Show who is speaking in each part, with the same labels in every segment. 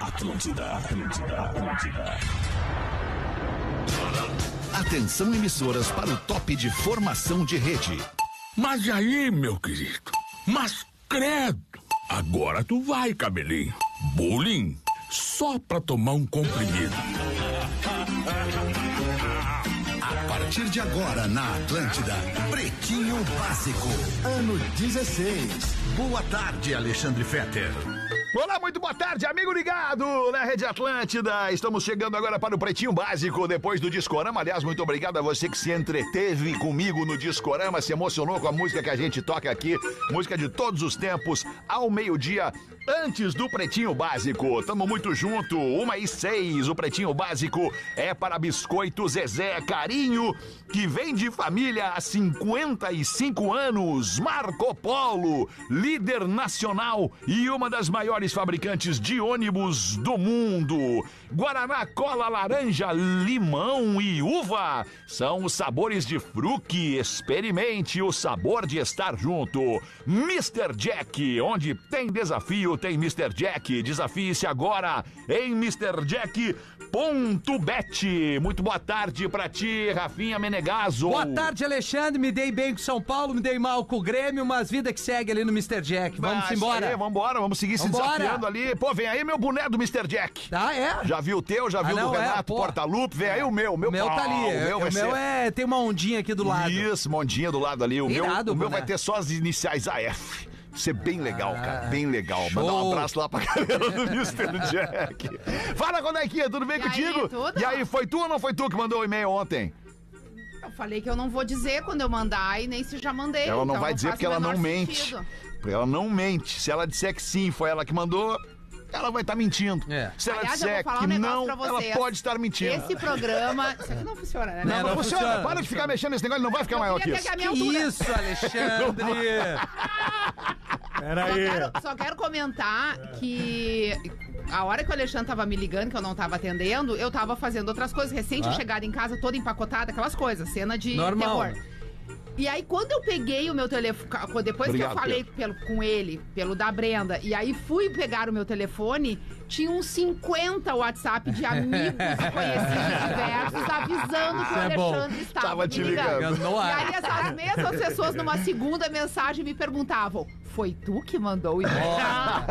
Speaker 1: Atlântida, Atlântida, Atlântida. Atenção emissoras para o top de formação de rede.
Speaker 2: Mas aí, meu querido, mas credo, agora tu vai, cabelinho. Bullying, só pra tomar um comprimido.
Speaker 1: A partir de agora na Atlântida, Pretinho Básico, ano 16. Boa tarde, Alexandre Fetter.
Speaker 3: Olá, muito boa tarde, amigo ligado na Rede Atlântida. Estamos chegando agora para o Pretinho Básico, depois do Discorama. Aliás, muito obrigado a você que se entreteve comigo no Discorama, se emocionou com a música que a gente toca aqui, música de todos os tempos, ao meio-dia, antes do Pretinho Básico. Tamo muito junto, uma e seis. O Pretinho Básico é para Biscoito Zezé É Carinho, que vem de família assim, há 55 anos. Marco Polo, líder nacional e uma das maiores maiores fabricantes de ônibus do mundo. Guaraná, cola, laranja, limão e uva são os sabores de fruque. Experimente o sabor de estar junto. Mr. Jack, onde tem desafio, tem Mr. Jack. Desafie-se agora em Mr. Jack. Ponto Bet. Muito boa tarde pra ti, Rafinha Menegaso.
Speaker 4: Boa tarde, Alexandre. Me dei bem com São Paulo, me dei mal com o Grêmio, mas vida que segue ali no Mr. Jack. Vamos
Speaker 3: Mas,
Speaker 4: embora.
Speaker 3: é, vamos embora, vamos seguir se
Speaker 4: Vambora.
Speaker 3: desafiando ali. Pô, vem aí meu boné do Mr. Jack.
Speaker 4: Ah, é?
Speaker 3: Já viu o teu, já
Speaker 4: Ah,
Speaker 3: viu o
Speaker 4: não,
Speaker 3: do
Speaker 4: é,
Speaker 3: Renato
Speaker 4: pô.
Speaker 3: Portaluppi, vem aí o meu.
Speaker 4: O meu tá ali.
Speaker 3: Ah, O meu vai
Speaker 4: o
Speaker 3: ser.
Speaker 4: meu é. Tem uma ondinha aqui do lado.
Speaker 3: Isso, mondinha do lado ali. O meu,
Speaker 4: Irado,
Speaker 3: o meu
Speaker 4: boné. Ah,
Speaker 3: vai ter só as iniciais AF. Isso é bem legal, cara. Bem legal. Mandar um
Speaker 4: show.
Speaker 3: abraço lá pra galera do Mr. Jack. Fala, Conequinha, tudo bem
Speaker 5: E aí,
Speaker 3: contigo?
Speaker 5: tudo?
Speaker 3: E aí, foi tu ou não foi tu que mandou o e-mail ontem?
Speaker 5: Eu falei que eu não vou dizer quando eu mandar e nem se já mandei.
Speaker 3: Ela não
Speaker 5: então
Speaker 3: vai dizer
Speaker 5: faz
Speaker 3: porque
Speaker 5: o
Speaker 3: ela não
Speaker 5: menor
Speaker 3: mente.
Speaker 5: sentido.
Speaker 3: Porque ela não mente. Se ela disser que sim, foi ela que mandou, ela vai estar mentindo.
Speaker 4: É.
Speaker 3: Se ela
Speaker 5: Aliás, eu
Speaker 3: disser
Speaker 5: vou falar
Speaker 3: que
Speaker 5: um negócio
Speaker 3: não,
Speaker 5: pra
Speaker 3: ela
Speaker 5: vocês.
Speaker 3: pode estar mentindo.
Speaker 5: Esse programa. Isso aqui não funciona,
Speaker 4: Não,
Speaker 5: né?
Speaker 3: Não,
Speaker 4: não
Speaker 3: funciona.
Speaker 4: funciona,
Speaker 3: Para de ficar mexendo nesse negócio, não vai ficar
Speaker 5: Eu
Speaker 3: maior que
Speaker 5: queria
Speaker 3: isso.
Speaker 5: que a minha
Speaker 4: Que
Speaker 5: altura.
Speaker 4: isso, Alexandre?
Speaker 5: Só quero, só quero comentar que a hora que o Alexandre tava me ligando, que eu não tava atendendo, eu tava fazendo outras coisas. Recente eu chegada em casa toda empacotada, aquelas coisas, cena de
Speaker 4: Normal.
Speaker 5: terror. E aí, quando eu peguei o meu telefone, depois
Speaker 3: Obrigado,
Speaker 5: que eu falei pelo- com ele, pelo da Brenda, e aí fui pegar o meu telefone, tinha uns 50 WhatsApp de amigos conhecidos diversos avisando que
Speaker 4: Isso
Speaker 5: o
Speaker 4: é bom.
Speaker 5: Alexandre estava
Speaker 3: Tava te
Speaker 5: me
Speaker 3: ligando.
Speaker 5: ligando.
Speaker 4: No
Speaker 5: E
Speaker 4: ar.
Speaker 5: aí essas mesmas pessoas numa segunda mensagem me perguntavam: foi tu que mandou o e-mail? Cara,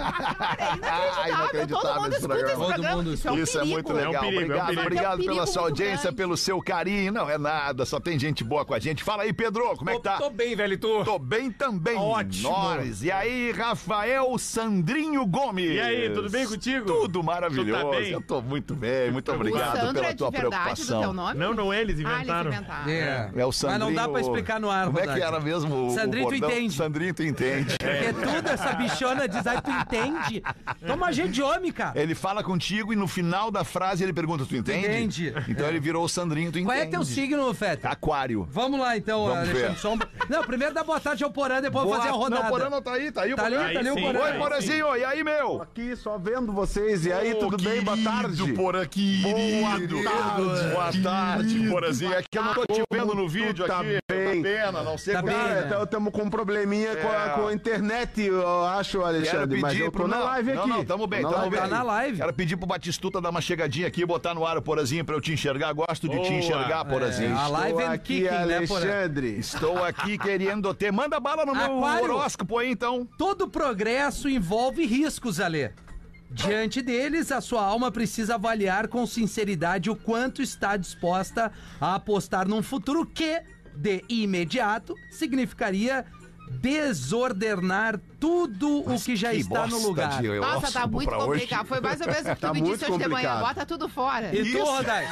Speaker 5: é
Speaker 3: Ai,
Speaker 5: inacreditável.
Speaker 3: Ah, inacreditável
Speaker 5: Todo mundo
Speaker 3: esse
Speaker 5: escuta esse
Speaker 3: programa.
Speaker 4: Todo
Speaker 5: programa.
Speaker 4: mundo
Speaker 5: Isso é um
Speaker 3: Isso é
Speaker 5: perigo.
Speaker 3: muito legal.
Speaker 6: É um perigo, é um
Speaker 3: obrigado,
Speaker 6: perigo.
Speaker 3: obrigado
Speaker 5: É um perigo
Speaker 3: pela sua
Speaker 5: muito
Speaker 3: audiência,
Speaker 5: grande.
Speaker 3: pelo seu carinho. Não é nada, só tem gente boa com a gente. Fala aí, Pedro, como é que tá?
Speaker 6: Tô bem, velho, tô.
Speaker 3: Tô bem também.
Speaker 6: Ótimo.
Speaker 3: Nós. E aí, Rafael Sandrinho Gomes.
Speaker 6: E aí, tudo bem contigo?
Speaker 3: Tudo maravilhoso.
Speaker 6: Tu tá bem?
Speaker 3: Eu tô muito bem, muito obrigado
Speaker 5: o Sandro
Speaker 3: pela
Speaker 5: é de
Speaker 3: tua
Speaker 5: verdade do teu
Speaker 3: preocupação.
Speaker 5: nome?
Speaker 6: Não, não, eles
Speaker 5: Ah,
Speaker 6: inventaram.
Speaker 5: eles inventaram.
Speaker 4: É.
Speaker 3: É o Sandrinho.
Speaker 4: Mas não dá pra explicar no ar,
Speaker 3: Como é que
Speaker 4: Rodaica.
Speaker 3: era mesmo É. o
Speaker 4: Sandrinho, tu
Speaker 3: o bordão?
Speaker 4: entende. É.
Speaker 3: Sandrinho, tu entende.
Speaker 4: Porque tudo essa bichona diz, aí tu entende. Toma gente de homem, cara.
Speaker 3: Ele fala contigo e no final da frase ele pergunta, tu entende?
Speaker 4: Entende. É.
Speaker 3: Então ele virou o Sandrinho, tu entende.
Speaker 4: Qual é teu signo, Feta?
Speaker 3: Aquário.
Speaker 4: Vamos lá, então,
Speaker 3: Vamos ver.
Speaker 4: Alexandre. Só um- Não, primeiro dá boa tarde ao Porã, depois
Speaker 3: Boa-
Speaker 4: fazer a rodada.
Speaker 3: Não, o Porã não tá aí, tá aí o
Speaker 4: Tá ali,
Speaker 3: Porã.
Speaker 4: tá ali o
Speaker 6: sim.
Speaker 4: Porã.
Speaker 3: Oi,
Speaker 6: Aí,
Speaker 3: Porazinho, e aí, meu?
Speaker 7: Aqui só vendo vocês. E aí, tudo bem? Boa tarde.
Speaker 3: Porã,
Speaker 7: Boa tarde.
Speaker 3: Boa tarde, Porazinho. É que eu não tô te vendo no vídeo
Speaker 7: tá
Speaker 3: aqui.
Speaker 7: bem.
Speaker 3: Pena, não sei
Speaker 4: Tá
Speaker 3: como é.
Speaker 4: bem, né?
Speaker 7: Estamos com um probleminha com,
Speaker 3: É.
Speaker 7: a, com a internet, eu acho,
Speaker 3: Quero
Speaker 7: Alexandre. Mas
Speaker 3: pedir
Speaker 7: eu
Speaker 3: pro...
Speaker 7: tô na
Speaker 3: não,
Speaker 7: live
Speaker 3: não,
Speaker 7: aqui.
Speaker 3: não, tamo bem,
Speaker 7: Tô na
Speaker 3: tamo
Speaker 7: live
Speaker 3: bem.
Speaker 4: Tá na live.
Speaker 3: Quero pedir pro Batistuta dar uma chegadinha aqui, botar no ar o Porazinho pra eu te enxergar. Gosto de te
Speaker 6: Boa. É,
Speaker 3: enxergar, Porazinho.
Speaker 4: a
Speaker 7: Tô
Speaker 4: Tá live and
Speaker 7: aqui,
Speaker 4: kicking, né, Porã?
Speaker 7: Alexandre.
Speaker 3: Estou aqui querendo ter. Manda bala no meu
Speaker 4: Aquário.
Speaker 3: horóscopo aí, então.
Speaker 4: Todo progresso envolve riscos, Alê. Diante deles, a sua alma precisa avaliar com sinceridade o quanto está disposta a apostar num futuro que, de imediato, significaria desordenar tudo o que já está no lugar.
Speaker 5: Nossa, tá muito
Speaker 3: pra hoje.
Speaker 5: complicado. Foi mais ou menos o que
Speaker 7: Tá
Speaker 5: tu me disse
Speaker 7: muito
Speaker 5: hoje de manhã.
Speaker 7: complicado.
Speaker 5: Bota tudo fora. É?
Speaker 4: E tu,
Speaker 3: Isso.
Speaker 4: Rodai?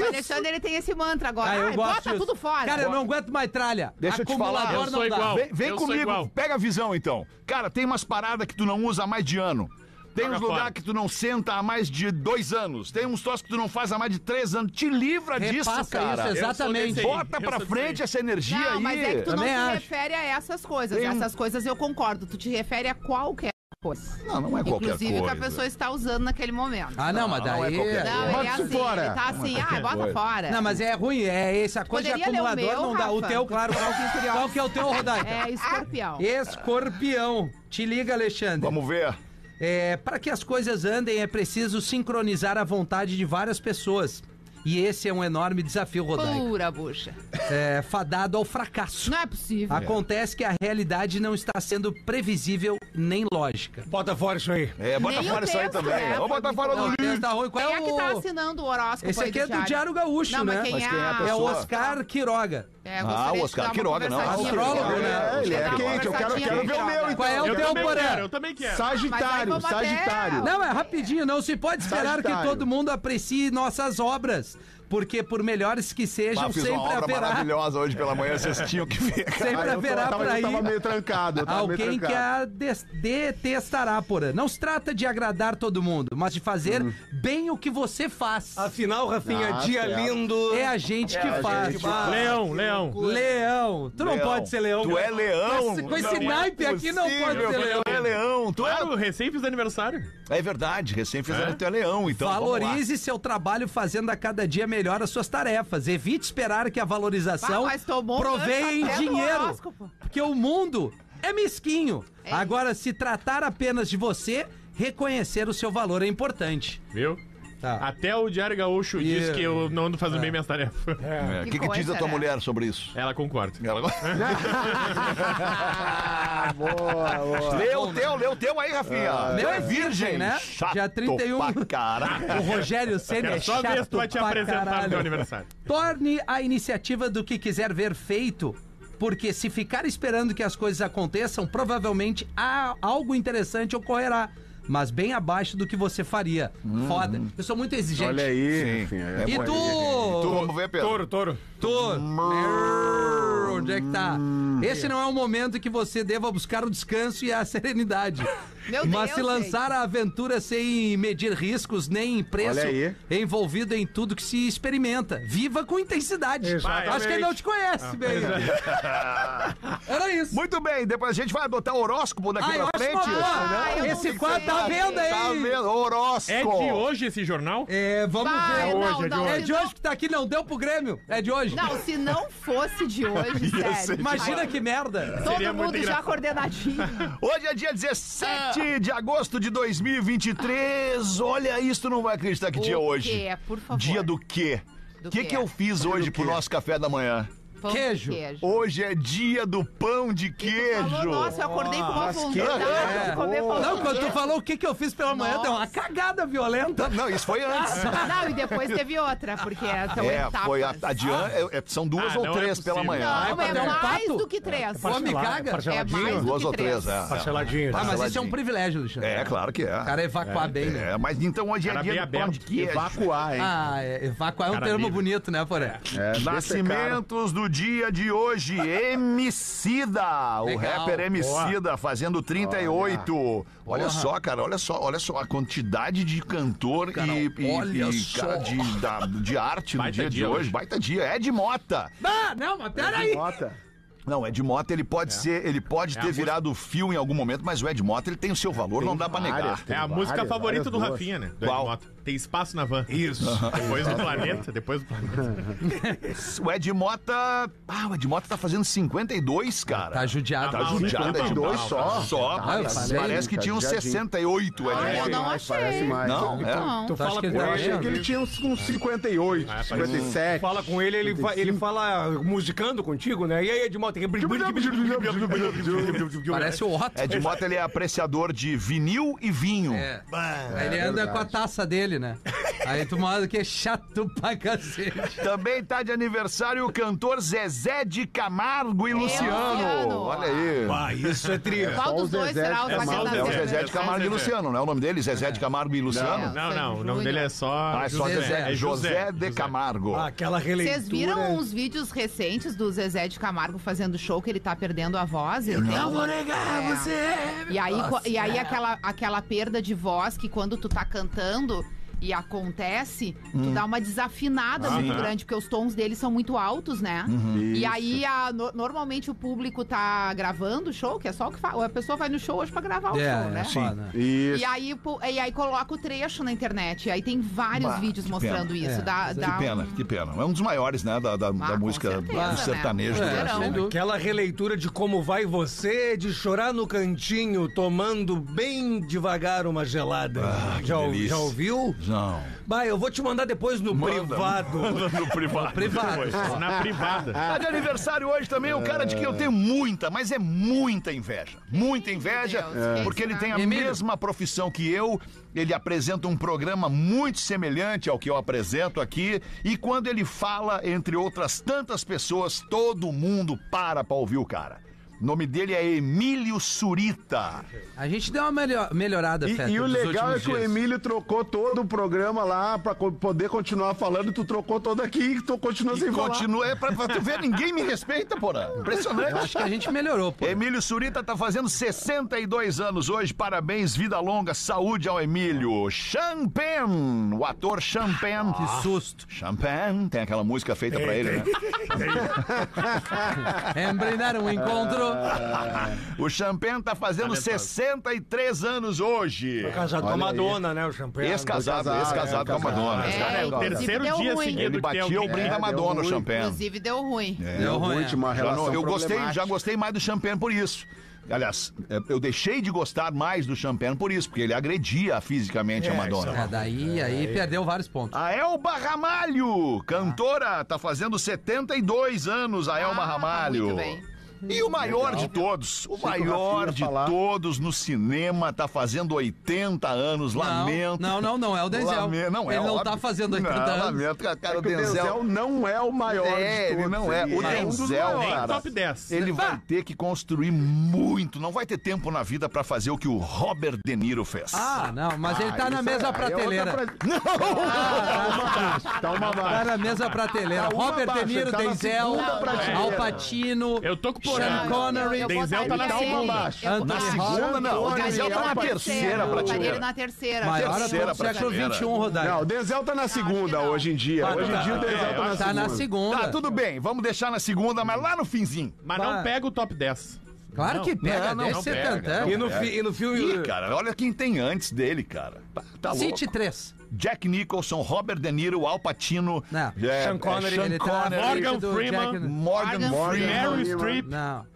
Speaker 5: O Alexandre ele tem esse mantra agora.
Speaker 4: Ah, eu
Speaker 5: Ai,
Speaker 4: gosto
Speaker 5: Ah, bota
Speaker 4: disso.
Speaker 5: tudo fora.
Speaker 4: Cara, eu não aguento mais tralha.
Speaker 3: Deixa eu te falar,
Speaker 4: Acumulador
Speaker 6: eu
Speaker 4: não
Speaker 6: sou
Speaker 4: dá.
Speaker 6: igual.
Speaker 3: Vem, vem
Speaker 6: Eu sou
Speaker 3: comigo,
Speaker 6: igual.
Speaker 3: pega a visão então. Cara, tem umas paradas que tu não usa há mais de ano. Tem
Speaker 6: Joga
Speaker 3: uns lugares
Speaker 6: fora.
Speaker 3: que tu não senta há mais de dois anos. Tem uns troços que tu não faz há mais de três anos. Te livra
Speaker 4: Repassa
Speaker 3: disso, cara.
Speaker 4: isso, exatamente.
Speaker 6: desse aí.
Speaker 3: Bota
Speaker 6: Eu
Speaker 3: pra
Speaker 6: sou
Speaker 3: frente
Speaker 6: desse
Speaker 3: essa energia
Speaker 5: Não,
Speaker 3: aí.
Speaker 5: mas é que tu não
Speaker 4: Também
Speaker 5: se
Speaker 4: acho.
Speaker 5: refere a essas coisas.
Speaker 3: Tem um-
Speaker 5: Essas coisas eu concordo. Tu te refere a qualquer coisa.
Speaker 3: Não, não é qualquer
Speaker 5: Inclusive o que
Speaker 3: coisa.
Speaker 5: a pessoa está usando naquele momento.
Speaker 4: Ah, não, mas
Speaker 3: Não, não é
Speaker 4: daí...
Speaker 3: qualquer
Speaker 5: Não,
Speaker 3: Bota
Speaker 5: ele é
Speaker 7: isso
Speaker 5: assim,
Speaker 7: fora.
Speaker 5: ele tá assim, ah, bota
Speaker 3: coisa.
Speaker 5: fora.
Speaker 4: Não, mas é ruim, é essa coisa
Speaker 5: Poderia
Speaker 4: de
Speaker 5: ler o
Speaker 4: acumulador
Speaker 5: meu,
Speaker 4: não dá. O
Speaker 5: Rafa?
Speaker 4: teu, claro, qual, qual que é o teu, Rodai?
Speaker 5: É escorpião.
Speaker 4: Escorpião. Te liga, Alexandre.
Speaker 3: Vamos ver.
Speaker 4: É, Para que as coisas andem, é preciso sincronizar a vontade de várias pessoas. E esse é um enorme desafio, Rodaico.
Speaker 5: Pura bucha.
Speaker 4: É, fadado ao fracasso.
Speaker 5: Não é possível.
Speaker 4: Acontece que a realidade não está sendo previsível nem lógica.
Speaker 6: Bota fora isso aí.
Speaker 3: É, bota
Speaker 5: Nem o
Speaker 3: fora isso aí
Speaker 5: texto,
Speaker 3: também.
Speaker 5: né?
Speaker 3: Vamos botar fora do
Speaker 4: Não,
Speaker 3: livro.
Speaker 4: tá ruim. Qual
Speaker 5: Quem
Speaker 4: é
Speaker 5: é que tá
Speaker 4: o...
Speaker 5: assinando o horóscopo
Speaker 4: Esse
Speaker 5: aí
Speaker 4: aqui é do Diário Gaúcho,
Speaker 5: Não,
Speaker 4: né?
Speaker 5: mas quem
Speaker 3: Mas
Speaker 5: é,
Speaker 3: quem é a
Speaker 5: a...
Speaker 4: É o
Speaker 3: pessoa?
Speaker 4: Oscar Quiroga.
Speaker 5: É, eu
Speaker 3: Ah,
Speaker 5: gostaria
Speaker 3: o
Speaker 5: de
Speaker 3: Oscar
Speaker 5: dar uma
Speaker 3: Quiroga, não.
Speaker 5: conversadinha.
Speaker 4: Astrólogo, né?
Speaker 5: Eu
Speaker 7: É, ele é
Speaker 5: quero dar uma
Speaker 7: quente, eu quero,
Speaker 5: conversadinha
Speaker 7: quero ver o
Speaker 5: com
Speaker 7: meu,
Speaker 5: ele.
Speaker 7: então.
Speaker 4: Qual é o
Speaker 6: Eu
Speaker 4: teu,
Speaker 6: também quero,
Speaker 4: Porã?
Speaker 6: eu também quero.
Speaker 7: Sagitário,
Speaker 5: Mas aí vamos até-
Speaker 7: Sagitário.
Speaker 4: Não, é rapidinho, não se pode esperar que
Speaker 7: Sagitário.
Speaker 4: todo mundo aprecie nossas obras, porque por melhores que sejam,
Speaker 3: Ah, fiz
Speaker 4: sempre
Speaker 3: uma obra
Speaker 4: haverá,
Speaker 3: maravilhosa hoje pela manhã, vocês tinham que ver. cara.
Speaker 4: sempre
Speaker 7: Ah, eu tô-
Speaker 4: haverá
Speaker 7: tava,
Speaker 4: por
Speaker 7: eu
Speaker 4: aí
Speaker 7: tava meio trancado, eu tava meio
Speaker 4: alguém que
Speaker 7: trancado.
Speaker 4: a des- detestará, Porã. Não se trata de agradar todo mundo, mas de fazer bem o que você faz.
Speaker 8: Afinal, Rafinha,
Speaker 7: Ah,
Speaker 8: dia
Speaker 7: certo.
Speaker 8: lindo.
Speaker 4: É a gente que faz.
Speaker 7: gente.
Speaker 4: Ah,
Speaker 6: Leão, leão.
Speaker 4: leão, tu não
Speaker 3: Leão.
Speaker 4: pode ser leão.
Speaker 3: Tu
Speaker 4: cara.
Speaker 3: é leão. é
Speaker 4: Com esse naipe aqui não pode
Speaker 3: Possível,
Speaker 4: ser leão.
Speaker 3: Tu é leão. Tu é...
Speaker 6: Claro, recém fiz aniversário.
Speaker 3: é verdade, recém fizeram tu é leão, então. vamos lá.
Speaker 4: Valorize seu trabalho fazendo a cada dia melhor as suas tarefas. Evite esperar que a valorização
Speaker 5: Ah, mas tomou um
Speaker 4: proveia em
Speaker 5: banho, tá vendo o
Speaker 4: dinheiro.
Speaker 5: horóscopo?
Speaker 4: Porque o mundo é mesquinho.
Speaker 5: É
Speaker 4: Agora, se tratar apenas de você, reconhecer o seu valor é importante.
Speaker 6: Viu?
Speaker 4: Tá.
Speaker 6: Até o Diário Gaúcho
Speaker 4: E-
Speaker 6: diz que eu não ando fazendo bem minhas tarefas.
Speaker 3: É, O que,
Speaker 5: Que
Speaker 3: que diz
Speaker 5: coisa,
Speaker 3: a tua
Speaker 5: né?
Speaker 3: mulher sobre isso?
Speaker 6: Ela concorda.
Speaker 3: Ela-
Speaker 7: Ah, boa, boa.
Speaker 3: lê
Speaker 4: Tá
Speaker 3: o teu, lê o teu aí, Rafinha.
Speaker 4: Meu né? é virgem, né?
Speaker 3: Ah, Chato
Speaker 4: Dia 31.
Speaker 3: Pra caralho.
Speaker 4: O Rogério Senna é
Speaker 6: Quero só ver se
Speaker 4: chato
Speaker 6: tu vai te
Speaker 4: pra
Speaker 6: apresentar no meu
Speaker 4: caralho.
Speaker 6: aniversário.
Speaker 4: Torne a iniciativa do que quiser ver feito, porque se ficar esperando que as coisas aconteçam, provavelmente há algo interessante ocorrerá, mas bem abaixo do que você faria. Foda. Eu sou muito exigente.
Speaker 7: Olha aí, Rafinha, é
Speaker 4: E
Speaker 7: bom.
Speaker 3: Tu,
Speaker 4: tu?
Speaker 3: vamos ver, Pedro.
Speaker 6: Touro, touro.
Speaker 4: Tu? Errr, Onde é que tá?
Speaker 7: Hum.
Speaker 4: Esse não é o momento que você deva buscar o descanso e a serenidade.
Speaker 5: Meu
Speaker 4: Mas
Speaker 5: Deus,
Speaker 4: se lançar à aventura sem medir riscos nem preço,
Speaker 7: Olha aí.
Speaker 4: envolvido em tudo que se experimenta. Viva com intensidade.
Speaker 6: Exatamente.
Speaker 4: Acho que ele não te conhece, bem. Era isso.
Speaker 3: Muito bem, depois a gente vai adotar o horóscopo daqui
Speaker 4: Ah, eu
Speaker 3: pra
Speaker 4: acho
Speaker 3: frente.
Speaker 4: uma boa.
Speaker 5: Ah, eu não
Speaker 4: Esse
Speaker 5: sei.
Speaker 4: quadro tá à venda,
Speaker 3: Tá
Speaker 4: hein?
Speaker 3: vendo? Horóscopo.
Speaker 6: É de hoje esse jornal?
Speaker 4: É, vamos
Speaker 5: Vai,
Speaker 4: ver.
Speaker 5: não,
Speaker 6: hoje, é de
Speaker 5: não,
Speaker 6: hoje.
Speaker 4: É
Speaker 5: se
Speaker 4: de
Speaker 5: não-
Speaker 4: hoje que tá aqui, não deu pro Grêmio. É de hoje.
Speaker 5: Não, se não fosse de hoje,
Speaker 3: ser
Speaker 5: sério.
Speaker 3: de
Speaker 4: Imagina
Speaker 5: aí
Speaker 4: que merda.
Speaker 5: Todo
Speaker 6: Seria muito
Speaker 5: mundo já
Speaker 6: engraçado.
Speaker 5: coordenadinho.
Speaker 3: Hoje é dia 17 de agosto de 2023. Olha isso, tu não vai acreditar que
Speaker 5: O
Speaker 3: dia é hoje.
Speaker 5: quê? Por favor.
Speaker 3: Dia do quê? O
Speaker 5: Do
Speaker 3: que,
Speaker 5: quê?
Speaker 3: que eu fiz hoje pro nosso café da manhã?
Speaker 5: Pão de
Speaker 4: Queijo.
Speaker 3: Hoje é dia do pão de queijo.
Speaker 5: Falou, nossa, eu acordei com uma vontade
Speaker 4: é.
Speaker 5: de comer
Speaker 4: Não,
Speaker 5: pão de
Speaker 4: quando tu
Speaker 5: queijo.
Speaker 4: falou o que, que eu fiz pela manhã, deu uma cagada violenta.
Speaker 3: Não, isso foi antes.
Speaker 5: Ah, Não, e depois teve outra, porque são
Speaker 3: É,
Speaker 5: etapas.
Speaker 3: foi a, a Dian, é- é- são duas
Speaker 6: Ah,
Speaker 3: ou
Speaker 6: não é
Speaker 3: três pela
Speaker 6: possível.
Speaker 3: manhã.
Speaker 5: Não,
Speaker 4: pra
Speaker 5: é
Speaker 4: dar um
Speaker 5: mais
Speaker 4: pato?
Speaker 5: do que três.
Speaker 4: Homem caga?
Speaker 5: É mais do
Speaker 3: Duas
Speaker 5: que
Speaker 3: ou três, é.
Speaker 6: Tá
Speaker 8: Parceladinho.
Speaker 4: Ah, mas isso é um
Speaker 3: Saladinho.
Speaker 4: privilégio, Alexandre.
Speaker 3: É, claro que
Speaker 4: O
Speaker 3: é.
Speaker 4: cara evacuar bem, né?
Speaker 3: É, mas então hoje é
Speaker 6: Cara
Speaker 3: dia
Speaker 6: bem
Speaker 3: do pão de
Speaker 6: aberto.
Speaker 3: queijo.
Speaker 7: Evacuar, hein?
Speaker 4: Ah, é, evacuar é um
Speaker 6: Cara
Speaker 4: termo
Speaker 6: livre.
Speaker 4: bonito, né, Poré?
Speaker 7: É, desse cara.
Speaker 3: Nascimentos do dia de hoje, Emicida, o
Speaker 4: Legal.
Speaker 3: rapper Emicida fazendo 38. Olha, só, cara, olha só, olha só a quantidade de cantor
Speaker 4: Cara,
Speaker 3: e, e-
Speaker 4: olha
Speaker 3: e,
Speaker 4: só.
Speaker 3: cara de, da- de arte no
Speaker 6: Baita
Speaker 3: dia, de
Speaker 6: dia
Speaker 3: hoje.
Speaker 6: hoje.
Speaker 3: Baita dia, Ed Mota.
Speaker 4: Ah, não, mas peraí.
Speaker 7: Nota.
Speaker 3: Não, Ed Mota ele pode ser, ele pode ter virado fio em algum momento, mas o Ed Mota ele tem o seu valor, não dá pra negar.
Speaker 7: várias,
Speaker 6: É a
Speaker 7: Tem
Speaker 6: música
Speaker 7: várias,
Speaker 6: favorita
Speaker 7: várias
Speaker 6: do
Speaker 7: boas.
Speaker 6: Rafinha, né? Do
Speaker 3: Qual?
Speaker 6: Ed Mota. Tem espaço na van. Isso. Depois do planeta, depois do planeta.
Speaker 3: O Ed Mota, ah, o Ed Mota tá fazendo 52, cara.
Speaker 4: Tá judiado.
Speaker 3: Tá judiado, Ed
Speaker 7: 52
Speaker 3: Mota.
Speaker 7: só.
Speaker 3: Só,
Speaker 7: Tá,
Speaker 3: parece,
Speaker 4: eu falei,
Speaker 3: parece que
Speaker 7: tá
Speaker 3: tinha uns
Speaker 7: judiadinho.
Speaker 3: 68, o Ed
Speaker 5: Ah,
Speaker 3: Mota.
Speaker 5: eu não
Speaker 7: mais,
Speaker 5: achei.
Speaker 7: Parece mais.
Speaker 3: Não, é.
Speaker 5: Não.
Speaker 6: Tu
Speaker 4: Tu acha que
Speaker 6: fala com
Speaker 4: ele
Speaker 7: Eu
Speaker 4: tá
Speaker 6: ele.
Speaker 7: achei que ele tinha uns, uns 58,
Speaker 6: Ah, parece-
Speaker 7: 57.
Speaker 8: Fala com ele, ele, vai- ele fala musicando contigo, né? E aí, Edmota,
Speaker 4: Parece o Otto.
Speaker 3: Ed Mota ele é apreciador de vinil e vinho.
Speaker 4: É. Aí ele anda com a taça dele, né? Aí tu manda que é chato pra cacete.
Speaker 3: Também tá de aniversário o cantor Zezé de Camargo e Luciano.
Speaker 5: Luciano.
Speaker 3: Olha aí.
Speaker 8: Ah, isso é tri.
Speaker 5: Qual
Speaker 7: Só o
Speaker 5: dos dois
Speaker 7: Zezé
Speaker 5: será o
Speaker 7: de Camargo.
Speaker 5: Zagueiro
Speaker 3: É o
Speaker 5: da
Speaker 3: Zezé de Camargo e Luciano, não é o nome dele? Zezé de Camargo e Luciano?
Speaker 6: Não, não, o nome
Speaker 5: Júnior.
Speaker 6: dele é só.
Speaker 3: Ah, é só
Speaker 4: José.
Speaker 3: Zezé.
Speaker 6: É
Speaker 3: José de
Speaker 6: José.
Speaker 3: Camargo.
Speaker 8: Ah, aquela releitura.
Speaker 5: Vocês viram uns vídeos recentes do Zezé de Camargo fazendo show que ele tá perdendo a voz? Eu não vou negar você. E aí, co- e aí aquela, aquela perda de voz que quando tu tá cantando, e acontece, tu dá uma desafinada muito grande, porque os tons deles são muito altos, né? E aí, a- no- normalmente o público tá gravando o show, que é só o que faz. A pessoa vai no show hoje pra gravar o show, né?
Speaker 4: É, foda.
Speaker 7: Isso.
Speaker 5: E aí, pô, e aí coloca o trecho na internet. Aí tem vários
Speaker 3: Bah,
Speaker 5: vídeos
Speaker 3: que
Speaker 5: mostrando
Speaker 4: pena.
Speaker 5: isso.
Speaker 4: É,
Speaker 5: dá, dá
Speaker 3: Que pena, que pena. É um dos maiores, né, da, da, da
Speaker 5: tá. com
Speaker 3: música
Speaker 5: certeza,
Speaker 3: do
Speaker 5: né?
Speaker 3: sertanejo do
Speaker 5: É,
Speaker 3: Brasil.
Speaker 5: sem
Speaker 3: né?
Speaker 5: dúvida.
Speaker 8: Aquela releitura de como vai você, de chorar no cantinho, tomando bem devagar uma gelada.
Speaker 3: Ah, que
Speaker 8: já, ou-
Speaker 3: delícia.
Speaker 8: já ouviu?
Speaker 3: Não.
Speaker 8: Vai, eu vou te mandar depois no
Speaker 3: Manda,
Speaker 8: privado.
Speaker 3: No privado.
Speaker 4: Privado.
Speaker 6: Na privada.
Speaker 3: Tá de aniversário hoje também, um cara de que eu tenho muita, mas é muita inveja. Muita inveja,
Speaker 5: Meu Deus, que
Speaker 3: porque ele
Speaker 5: isso,
Speaker 3: tem a
Speaker 5: né?
Speaker 3: mesma profissão que eu, ele apresenta um programa muito semelhante ao que eu apresento aqui, e quando ele fala, entre outras tantas pessoas, todo mundo para pra ouvir o cara. O nome dele é Emílio Surita.
Speaker 4: A gente deu uma melho- melhorada, Feta,
Speaker 7: E, e o
Speaker 4: nos
Speaker 7: legal é
Speaker 4: últimos
Speaker 7: que o
Speaker 4: dias.
Speaker 7: Emílio trocou todo o programa lá pra co- poder continuar falando, e tu trocou todo aqui e tu continua
Speaker 3: E
Speaker 7: sem falar.
Speaker 3: continua, é pra, pra tu ver, ninguém me respeita, porra.
Speaker 7: é
Speaker 3: Impressionante.
Speaker 4: Eu acho que a gente melhorou, pô.
Speaker 3: Emílio Surita tá fazendo 62 anos hoje. Parabéns, vida longa, saúde ao Emílio. Champagne, o ator Champagne.
Speaker 4: Que susto.
Speaker 3: Champagne, tem aquela música feita pra ele, né?
Speaker 4: Embrindar um encontro.
Speaker 7: É,
Speaker 3: O Champagne tá fazendo 63 anos hoje.
Speaker 8: Casado com a
Speaker 7: Olha aí.
Speaker 8: Madonna, né? O champanhe.
Speaker 3: Ex-casado,
Speaker 7: casado,
Speaker 3: ex-casado
Speaker 7: é,
Speaker 3: com a Madonna.
Speaker 5: É,
Speaker 3: Ex-casado com a Madonna.
Speaker 5: inclusive
Speaker 6: Terceiro
Speaker 5: deu um
Speaker 6: dia
Speaker 5: ruim.
Speaker 6: seguido
Speaker 3: Ele
Speaker 6: que tem
Speaker 3: batia o
Speaker 6: alguém-
Speaker 3: brinde da
Speaker 7: É,
Speaker 3: Madonna, o
Speaker 7: deu ruim.
Speaker 3: Champagne.
Speaker 5: Inclusive deu ruim.
Speaker 4: Deu ruim, é.
Speaker 7: Última
Speaker 3: Já
Speaker 7: relação
Speaker 3: não- eu gostei, já
Speaker 7: problemática.
Speaker 3: gostei mais do Champagne por isso. Aliás, é, eu deixei de gostar mais do Champagne por isso, porque ele agredia fisicamente a Madonna.
Speaker 4: É, daí aí perdeu vários
Speaker 7: Ah,
Speaker 4: pontos.
Speaker 3: A Elba Ramalho, cantora, tá fazendo 72 anos a
Speaker 4: Ah,
Speaker 3: Elba
Speaker 5: tá
Speaker 3: Ramalho.
Speaker 5: muito bem.
Speaker 3: E o maior de todos, o maior
Speaker 7: Rafinha
Speaker 3: de
Speaker 7: falar.
Speaker 3: todos no cinema, tá fazendo 80 anos, lamento.
Speaker 4: Não, não, não, é o Denzel.
Speaker 3: Lame- Não, é
Speaker 4: Ele não tá
Speaker 3: óbvio.
Speaker 4: fazendo 80
Speaker 3: não,
Speaker 4: anos.
Speaker 3: Lamento, cara,
Speaker 7: É
Speaker 3: o
Speaker 7: que o Denzel
Speaker 3: Denzel...
Speaker 7: não é o maior
Speaker 3: É,
Speaker 7: de
Speaker 3: ele
Speaker 7: todos.
Speaker 3: não é. O
Speaker 7: Ele um dos
Speaker 3: Denzel,
Speaker 6: Nem
Speaker 7: maiores.
Speaker 3: cara.
Speaker 6: top 10.
Speaker 3: Ele
Speaker 4: Bah.
Speaker 3: vai ter que construir muito, não vai ter tempo na vida pra fazer o que o Robert De Niro fez.
Speaker 4: Ah, não, mas ele tá na
Speaker 7: é,
Speaker 4: mesma prateleira.
Speaker 7: Tá uma
Speaker 4: Tá
Speaker 7: baixa.
Speaker 4: na mesma prateleira.
Speaker 7: Tá é uma
Speaker 4: Robert
Speaker 7: baixa,
Speaker 4: De Niro,
Speaker 7: tá na
Speaker 4: Denzel,
Speaker 7: segunda prateleira.
Speaker 4: Al Pacino.
Speaker 6: Eu tô com
Speaker 4: Sean
Speaker 6: porém.
Speaker 4: Connery.
Speaker 5: Ah, Eu
Speaker 6: Denzel
Speaker 5: botaria
Speaker 6: tá na
Speaker 5: ele-
Speaker 6: segunda.
Speaker 5: eu
Speaker 4: Ah,
Speaker 5: botaria-
Speaker 4: na
Speaker 7: é
Speaker 3: segunda, não.
Speaker 5: botaria
Speaker 3: Denzel
Speaker 5: ele
Speaker 3: tá na terceira
Speaker 5: Botaria
Speaker 3: prateleira.
Speaker 5: ele na terceira.
Speaker 4: Maior ator
Speaker 3: Terceira
Speaker 4: do século
Speaker 3: prateleira.
Speaker 4: XXI, Rodaico.
Speaker 7: Não, o Denzel tá na segunda
Speaker 5: que não.
Speaker 7: hoje em dia.
Speaker 4: Ah,
Speaker 7: Hoje em
Speaker 4: tá.
Speaker 7: dia o Denzel tá na segunda.
Speaker 4: Tá na segunda.
Speaker 3: Tá, tudo bem, vamos deixar na segunda, mas lá no finzinho.
Speaker 6: Mas
Speaker 4: Bah.
Speaker 6: não pega o top 10.
Speaker 4: Claro que pega,
Speaker 3: não, não
Speaker 5: é
Speaker 4: deixa você
Speaker 3: pega,
Speaker 4: cantando.
Speaker 8: E no, fi- e no filme.
Speaker 3: Ih, cara, olha quem tem antes dele, cara. Tá, tá louco.
Speaker 4: City 3.
Speaker 3: Jack Nicholson, Robert De Niro, Al Pacino,
Speaker 4: Não.
Speaker 3: é,
Speaker 8: Sean
Speaker 3: é,
Speaker 8: Connery,
Speaker 3: Sean
Speaker 4: Ele tá na
Speaker 3: Connery,
Speaker 4: frente
Speaker 6: Morgan
Speaker 4: do
Speaker 6: Freeman.
Speaker 4: né? Jack-
Speaker 3: Morgan,
Speaker 5: Morgan
Speaker 3: Freeman.
Speaker 7: Freeman.
Speaker 6: Meryl Streep.
Speaker 4: Não.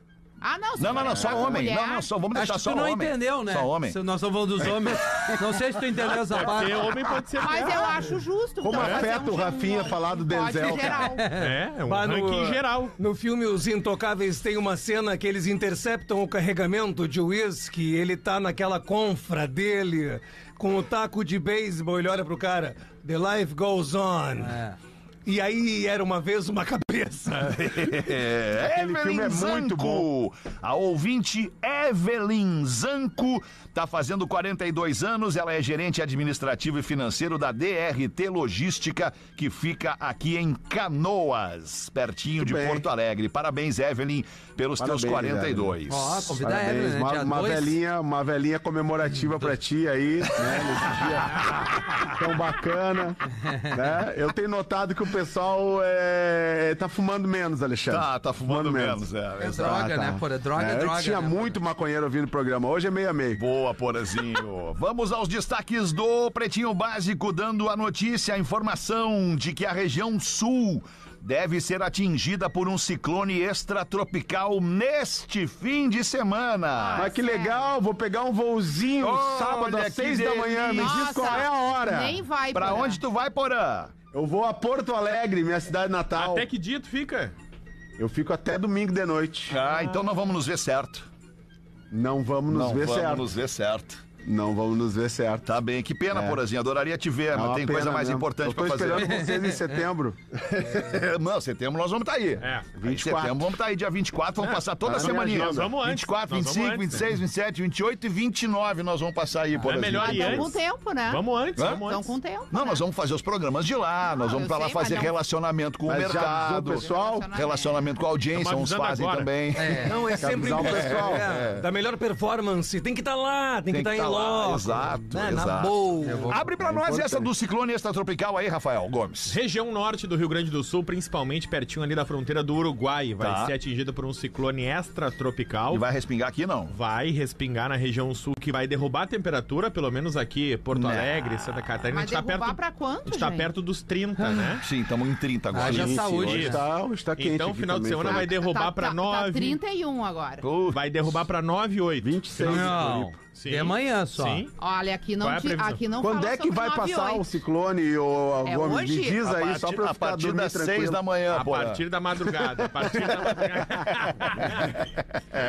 Speaker 5: Ah, não.
Speaker 3: Não, não, não, só homem. Não, não, só vamos
Speaker 4: Acho
Speaker 3: deixar
Speaker 4: que
Speaker 3: só
Speaker 4: tu não
Speaker 3: homem.
Speaker 4: entendeu, né?
Speaker 3: Só homem.
Speaker 4: Se nós estamos falando dos homens. Não sei se tu entendeu essa parte.
Speaker 6: Ser homem pode ser
Speaker 5: Mas eu acho justo.
Speaker 7: Como
Speaker 5: então, fazer
Speaker 7: afeta o
Speaker 5: um-
Speaker 7: Rafinha
Speaker 5: um-
Speaker 7: falar do
Speaker 5: um corte
Speaker 7: Denzel, cara.
Speaker 5: geral.
Speaker 6: É, é um
Speaker 8: Bah, no-
Speaker 6: ranking geral.
Speaker 8: No filme Os Intocáveis tem uma cena que eles interceptam o carregamento de uísque, ele tá naquela confra dele, com o taco de beisebol, ele olha pro cara, The life goes on.
Speaker 4: É.
Speaker 8: E aí era uma vez uma cabeça.
Speaker 3: É,
Speaker 7: Aquele
Speaker 3: Evelyn
Speaker 7: filme é muito
Speaker 3: Zanco. A ouvinte Evelyn Zanco está fazendo 42 anos. Ela é gerente administrativo e financeiro da DRT Logística, que fica aqui em Canoas, pertinho de
Speaker 7: bem.
Speaker 3: Porto Alegre. Parabéns, Evelyn, pelos teus
Speaker 7: Parabéns,
Speaker 3: 42.
Speaker 4: Ó, convida a
Speaker 7: Parabéns,
Speaker 4: Evelyn, né?
Speaker 7: uma,
Speaker 4: Dia
Speaker 7: uma
Speaker 4: 2.
Speaker 7: velhinha, uma velhinha comemorativa pra ti aí, né? Nesse dia tão bacana. né? Eu tenho notado que o pessoal é, tá fumando menos, Alexandre. Ah,
Speaker 3: Tá, tá fumando menos, é.
Speaker 4: É droga, né, porra? Droga é
Speaker 7: antes
Speaker 4: droga,
Speaker 7: Tinha
Speaker 4: né,
Speaker 7: muito maconheiro ouvindo o programa, hoje é meio a meio.
Speaker 3: Boa, Porazinho. Vamos aos destaques do Pretinho Básico, dando a notícia, a informação de que a região sul deve ser atingida por um ciclone extratropical neste fim de semana.
Speaker 5: Tá
Speaker 7: Mas que legal, vou pegar um voozinho
Speaker 3: Olha
Speaker 7: sábado
Speaker 3: que
Speaker 7: às seis da manhã, me diz
Speaker 5: Nossa,
Speaker 7: qual é a hora.
Speaker 5: Nem vai.
Speaker 3: Pra
Speaker 5: Porã.
Speaker 3: onde tá tu vai, Porã?
Speaker 7: Eu vou a Porto Alegre, minha cidade natal.
Speaker 6: Até que dia tu fica?
Speaker 7: Eu fico até domingo de noite.
Speaker 3: Ah, então não vamos nos ver certo.
Speaker 7: Não vamos nos
Speaker 3: não
Speaker 7: ver
Speaker 3: vamos
Speaker 7: certo.
Speaker 3: nos ver certo.
Speaker 7: Não vamos nos ver certo.
Speaker 3: Tá bem, que pena,
Speaker 7: É.
Speaker 3: Porazinho. Adoraria te ver,
Speaker 7: É
Speaker 3: mas
Speaker 7: uma
Speaker 3: tem
Speaker 7: pena
Speaker 3: coisa mais
Speaker 7: mesmo.
Speaker 3: importante
Speaker 7: Eu tô
Speaker 3: pra fazer. Tá
Speaker 7: esperando vocês em setembro.
Speaker 3: É, Não, setembro nós vamos estar aí.
Speaker 6: É.
Speaker 3: 24.
Speaker 7: 24.
Speaker 3: Setembro vamos estar aí dia 24, vamos passar toda a
Speaker 7: tá na
Speaker 3: semana.
Speaker 7: minha agenda.
Speaker 6: Nós vamos antes.
Speaker 3: 24,
Speaker 6: Nós
Speaker 3: 25,
Speaker 6: vamos antes.
Speaker 3: 26, 27, 28 e 29 nós vamos passar aí, por
Speaker 6: é
Speaker 3: exemplo.
Speaker 6: melhor
Speaker 5: Ah,
Speaker 6: ir
Speaker 5: Estão com
Speaker 6: antes.
Speaker 5: tempo, né?
Speaker 6: Vamos antes,
Speaker 3: Hã?
Speaker 6: vamos
Speaker 5: Estão
Speaker 6: antes.
Speaker 5: com tempo.
Speaker 3: Não,
Speaker 5: né?
Speaker 3: nós vamos fazer os programas de lá, nós vamos
Speaker 5: eu
Speaker 3: pra lá
Speaker 5: sei,
Speaker 3: fazer
Speaker 5: mas não-
Speaker 3: relacionamento com o
Speaker 7: Mas já avisou
Speaker 3: mercado.
Speaker 7: o pessoal?
Speaker 3: Relacionamento com a audiência,
Speaker 6: Estamos
Speaker 3: uns
Speaker 6: avisando
Speaker 3: fazem
Speaker 6: agora.
Speaker 3: também.
Speaker 4: É.
Speaker 8: Não, é sempre
Speaker 7: avisar o pessoal.
Speaker 3: É.
Speaker 8: é, da melhor performance. Tem que estar lá, tem, que
Speaker 3: Tem
Speaker 8: estar
Speaker 3: que tá
Speaker 8: em logo.
Speaker 3: Exato,
Speaker 8: né, Na
Speaker 3: exato.
Speaker 8: boa.
Speaker 3: Abre pra nós essa do ciclone extratropical aí, Rafael Gomes.
Speaker 6: Região norte do Rio Grande do Sul, principalmente pertinho ali da fronteira do Uruguai, vai
Speaker 3: Tá.
Speaker 6: ser atingida por um ciclone extratropical.
Speaker 3: E vai respingar aqui, não?
Speaker 6: Vai respingar na região sul, que vai derrubar a temperatura, pelo menos aqui, Porto
Speaker 3: Não.
Speaker 6: Alegre, Santa Catarina.
Speaker 5: Mas
Speaker 6: a gente tá
Speaker 5: derrubar
Speaker 6: perto,
Speaker 5: pra
Speaker 6: a
Speaker 5: quanto,
Speaker 6: gente tá
Speaker 5: gente?
Speaker 6: perto dos 30, né?
Speaker 3: Sim, estamos em 30 agora.
Speaker 7: Ah,
Speaker 4: Haja
Speaker 3: Sim,
Speaker 4: saúde.
Speaker 3: hoje.
Speaker 7: Hoje tá, hoje tá quente.
Speaker 6: Então,
Speaker 7: aqui
Speaker 6: final de
Speaker 7: também,
Speaker 6: semana
Speaker 7: tá?
Speaker 6: vai derrubar
Speaker 5: tá,
Speaker 6: pra
Speaker 5: tá,
Speaker 6: 9.
Speaker 5: Tá 31 agora.
Speaker 3: Ah.
Speaker 6: Vai derrubar pra 9,8.
Speaker 7: 26.
Speaker 4: Não,
Speaker 6: Sim.
Speaker 4: de manhã só.
Speaker 6: Sim.
Speaker 5: Olha, aqui
Speaker 6: Qual é
Speaker 5: não,
Speaker 6: a
Speaker 5: te,
Speaker 6: previsão?
Speaker 5: aqui não
Speaker 7: Quando
Speaker 5: fala
Speaker 7: é que
Speaker 5: sobre um
Speaker 7: vai passar
Speaker 5: 9,8.
Speaker 7: o ciclone, ô
Speaker 5: É
Speaker 7: Gomes? Me
Speaker 5: hoje?
Speaker 7: diz
Speaker 3: A
Speaker 7: aí,
Speaker 3: partir,
Speaker 7: só pra eu
Speaker 3: a
Speaker 7: ficar
Speaker 3: partir
Speaker 7: dormindo
Speaker 3: das
Speaker 7: tranquilo.
Speaker 3: 6 da manhã,
Speaker 6: A
Speaker 3: pô.
Speaker 6: partir da madrugada. A partir da madrugada.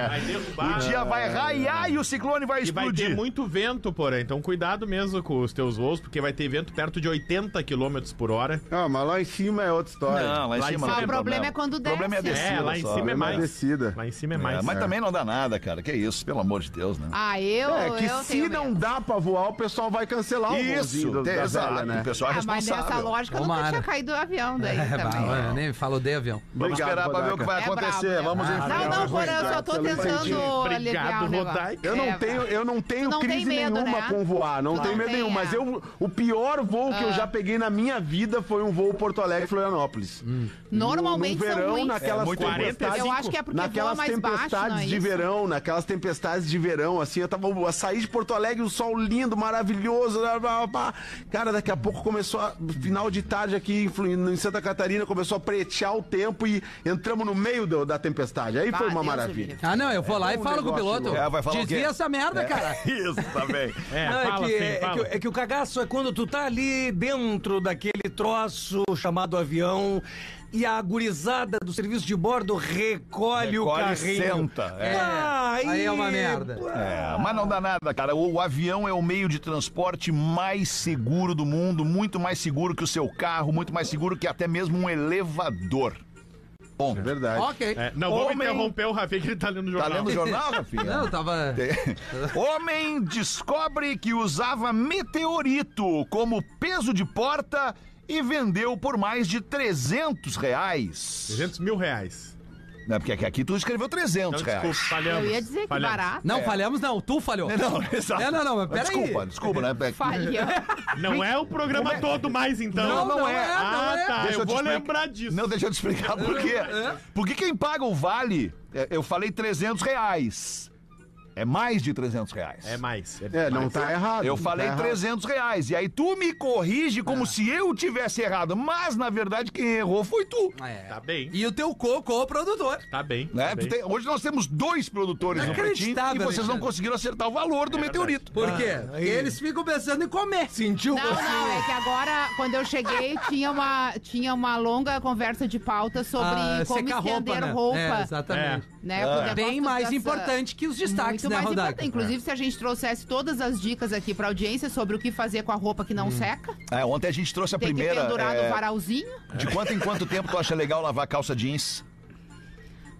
Speaker 6: Vai derrubar.
Speaker 3: É. O dia vai raiar e o ciclone vai
Speaker 6: Ah. E vai
Speaker 3: explodir.
Speaker 6: ter muito vento, porém. Então cuidado mesmo com os teus voos, porque vai ter vento perto de 80 km por hora.
Speaker 7: Ah, mas lá em cima é outra história.
Speaker 3: Não, lá em
Speaker 6: Lá
Speaker 3: cima
Speaker 6: em cima.
Speaker 3: não
Speaker 6: Ah,
Speaker 3: tem
Speaker 6: o
Speaker 5: problema é quando
Speaker 3: O problema é a
Speaker 5: desce.
Speaker 3: descida
Speaker 6: É, lá em
Speaker 3: só.
Speaker 6: cima é
Speaker 7: é
Speaker 6: mais.
Speaker 7: descida.
Speaker 6: Lá em cima é
Speaker 3: É,
Speaker 6: mais.
Speaker 3: mas também não dá nada, cara. Que isso, pelo amor de Deus, né?
Speaker 5: Ah, eu,
Speaker 7: É que
Speaker 5: eu
Speaker 7: se
Speaker 5: tenho
Speaker 7: não
Speaker 5: medo.
Speaker 7: dá pra voar, o pessoal vai cancelar o
Speaker 3: isso,
Speaker 7: voozinho do-
Speaker 3: tem-
Speaker 7: da
Speaker 3: exato.
Speaker 7: velha, né?
Speaker 3: O pessoal é
Speaker 5: Ah, mas
Speaker 3: responsável.
Speaker 5: nessa lógica não
Speaker 4: Tomara. É,
Speaker 5: nunca tinha caído o avião daí também.
Speaker 4: bah, Ah, eu nem falo de avião.
Speaker 3: Vamos
Speaker 7: Obrigado,
Speaker 3: esperar pra ver o que
Speaker 7: Rodaica.
Speaker 3: vai
Speaker 5: É
Speaker 3: acontecer.
Speaker 5: brabo, né?
Speaker 3: Vamos
Speaker 4: Ah,
Speaker 3: enfrentar.
Speaker 5: Não, não, Porã, eu só tô
Speaker 7: Obrigado pelo
Speaker 5: tentando
Speaker 7: incentivo.
Speaker 5: aliviar o
Speaker 6: Obrigado,
Speaker 5: negócio.
Speaker 6: Rodaica.
Speaker 7: Eu não
Speaker 5: É,
Speaker 7: tenho, eu não tenho
Speaker 5: não tem
Speaker 7: crise
Speaker 5: medo,
Speaker 7: nenhuma
Speaker 5: né?
Speaker 7: com voar, não
Speaker 5: Tu
Speaker 7: tenho
Speaker 5: não
Speaker 7: medo
Speaker 5: tem,
Speaker 7: nenhum,
Speaker 5: é. Ah.
Speaker 7: mas eu o pior voo que eu já peguei na minha vida foi um voo Porto Alegre Florianópolis.
Speaker 5: Hum. Normalmente
Speaker 7: no
Speaker 5: são
Speaker 7: verão,
Speaker 5: ruins.
Speaker 7: naquelas
Speaker 6: É, muito ruim.
Speaker 7: tempestades,
Speaker 5: Eu acho que é porque voa
Speaker 7: naquelas
Speaker 5: mais
Speaker 7: tempestades
Speaker 5: baixo, não é
Speaker 7: de
Speaker 5: isso?
Speaker 7: verão, naquelas tempestades de verão, assim, eu tava eu saí de Porto Alegre, o sol lindo, maravilhoso, blá, blá, blá. cara, daqui a pouco começou a, final de tarde aqui em Flu- em Santa Catarina começou a pretear o tempo e entramos no meio do- da tempestade. Aí
Speaker 5: Bah,
Speaker 7: foi uma
Speaker 5: Deus
Speaker 7: maravilha.
Speaker 5: o livre.
Speaker 4: Ah, não, eu vou lá e
Speaker 7: um
Speaker 4: falo com o
Speaker 7: negócio
Speaker 4: piloto.
Speaker 7: louco.
Speaker 3: É, vai falar o quê? É,
Speaker 4: Desvia essa merda, cara.
Speaker 3: Isso também.
Speaker 6: É,
Speaker 8: Não, é,
Speaker 6: fala,
Speaker 8: que,
Speaker 6: sim,
Speaker 8: é,
Speaker 6: fala.
Speaker 8: que, é que o cagaço é quando tu tá ali dentro daquele troço chamado avião e a gurizada do serviço de bordo recolhe, o
Speaker 3: Recolhe e
Speaker 8: carrinho.
Speaker 3: senta, é.
Speaker 8: Ah,
Speaker 4: Aí é uma merda.
Speaker 3: É, mas não dá nada, cara. O, o avião é o meio de transporte mais seguro do mundo, muito mais seguro que o seu carro, muito mais seguro que até mesmo um elevador. Bom,
Speaker 7: É verdade.
Speaker 4: Ok.
Speaker 6: É, não, vamos
Speaker 3: Homem-
Speaker 6: interromper o Rafinha que ele tá lendo o
Speaker 3: tá
Speaker 6: jornal.
Speaker 3: lendo o jornal, Rafinha?
Speaker 4: Não, eu tava.
Speaker 3: Homem descobre que usava meteorito como peso de porta e vendeu por mais de 300 reais.
Speaker 6: 300 mil reais.
Speaker 3: Não, porque aqui- aqui tu escreveu 300
Speaker 6: Então, desculpa,
Speaker 3: reais.
Speaker 6: falhamos.
Speaker 5: Eu ia dizer que
Speaker 6: falhamos.
Speaker 5: barato.
Speaker 4: Não, falhamos não, tu falhou.
Speaker 3: exato.
Speaker 4: Não, não, não, mas peraí.
Speaker 3: Desculpa, desculpa, né? É que-
Speaker 5: Falhou.
Speaker 6: Não é o programa todo mais, então.
Speaker 4: Não, não é, não
Speaker 6: Ah,
Speaker 4: é.
Speaker 6: tá.
Speaker 3: Deixa
Speaker 6: eu,
Speaker 3: eu te
Speaker 6: vou
Speaker 3: explicar.
Speaker 6: lembrar disso.
Speaker 3: Não, deixa eu te explicar por quê. Por que quem paga o vale, é, eu falei 300 reais. É mais de 300 reais.
Speaker 6: É mais.
Speaker 7: É, não tá errado.
Speaker 3: Eu
Speaker 7: não
Speaker 3: falei
Speaker 7: tá errado.
Speaker 3: 300 reais. E aí tu me corrige
Speaker 4: É.
Speaker 3: como se eu tivesse errado. Mas, na verdade, quem errou foi tu.
Speaker 4: É.
Speaker 6: Tá bem.
Speaker 4: E o teu coco, o produtor.
Speaker 6: Tá bem.
Speaker 3: Né?
Speaker 6: tá bem.
Speaker 3: Tem- hoje nós temos dois produtores no Pretinho e
Speaker 4: Inacreditável,
Speaker 3: vocês
Speaker 5: né,
Speaker 3: não
Speaker 4: Alexandre.
Speaker 3: conseguiram acertar o valor
Speaker 5: É
Speaker 3: do meteorito.
Speaker 4: Por
Speaker 6: Ah,
Speaker 4: quê?
Speaker 8: aí.
Speaker 4: Porque eles ficam pensando em comer.
Speaker 8: Sentiu
Speaker 5: Não, não, é que agora, quando eu cheguei, tinha uma, tinha uma longa conversa de pauta sobre
Speaker 4: Ah,
Speaker 5: como
Speaker 4: secar roupa,
Speaker 5: estender
Speaker 4: né?
Speaker 5: roupa.
Speaker 4: É, exatamente.
Speaker 5: né, com o negócio
Speaker 4: Bem mais
Speaker 5: dessa-
Speaker 4: importante que os destaques, né,
Speaker 5: Muito mais importante.
Speaker 4: Rodaica?
Speaker 5: Inclusive, se a gente trouxesse todas as dicas aqui pra audiência sobre o que fazer com a roupa que não seca,
Speaker 3: É, ontem a gente trouxe a
Speaker 5: tem que
Speaker 3: primeira.
Speaker 5: pendurar
Speaker 3: é,
Speaker 5: no varalzinho.
Speaker 3: de quanto em quanto tempo tu acha legal lavar calça jeans?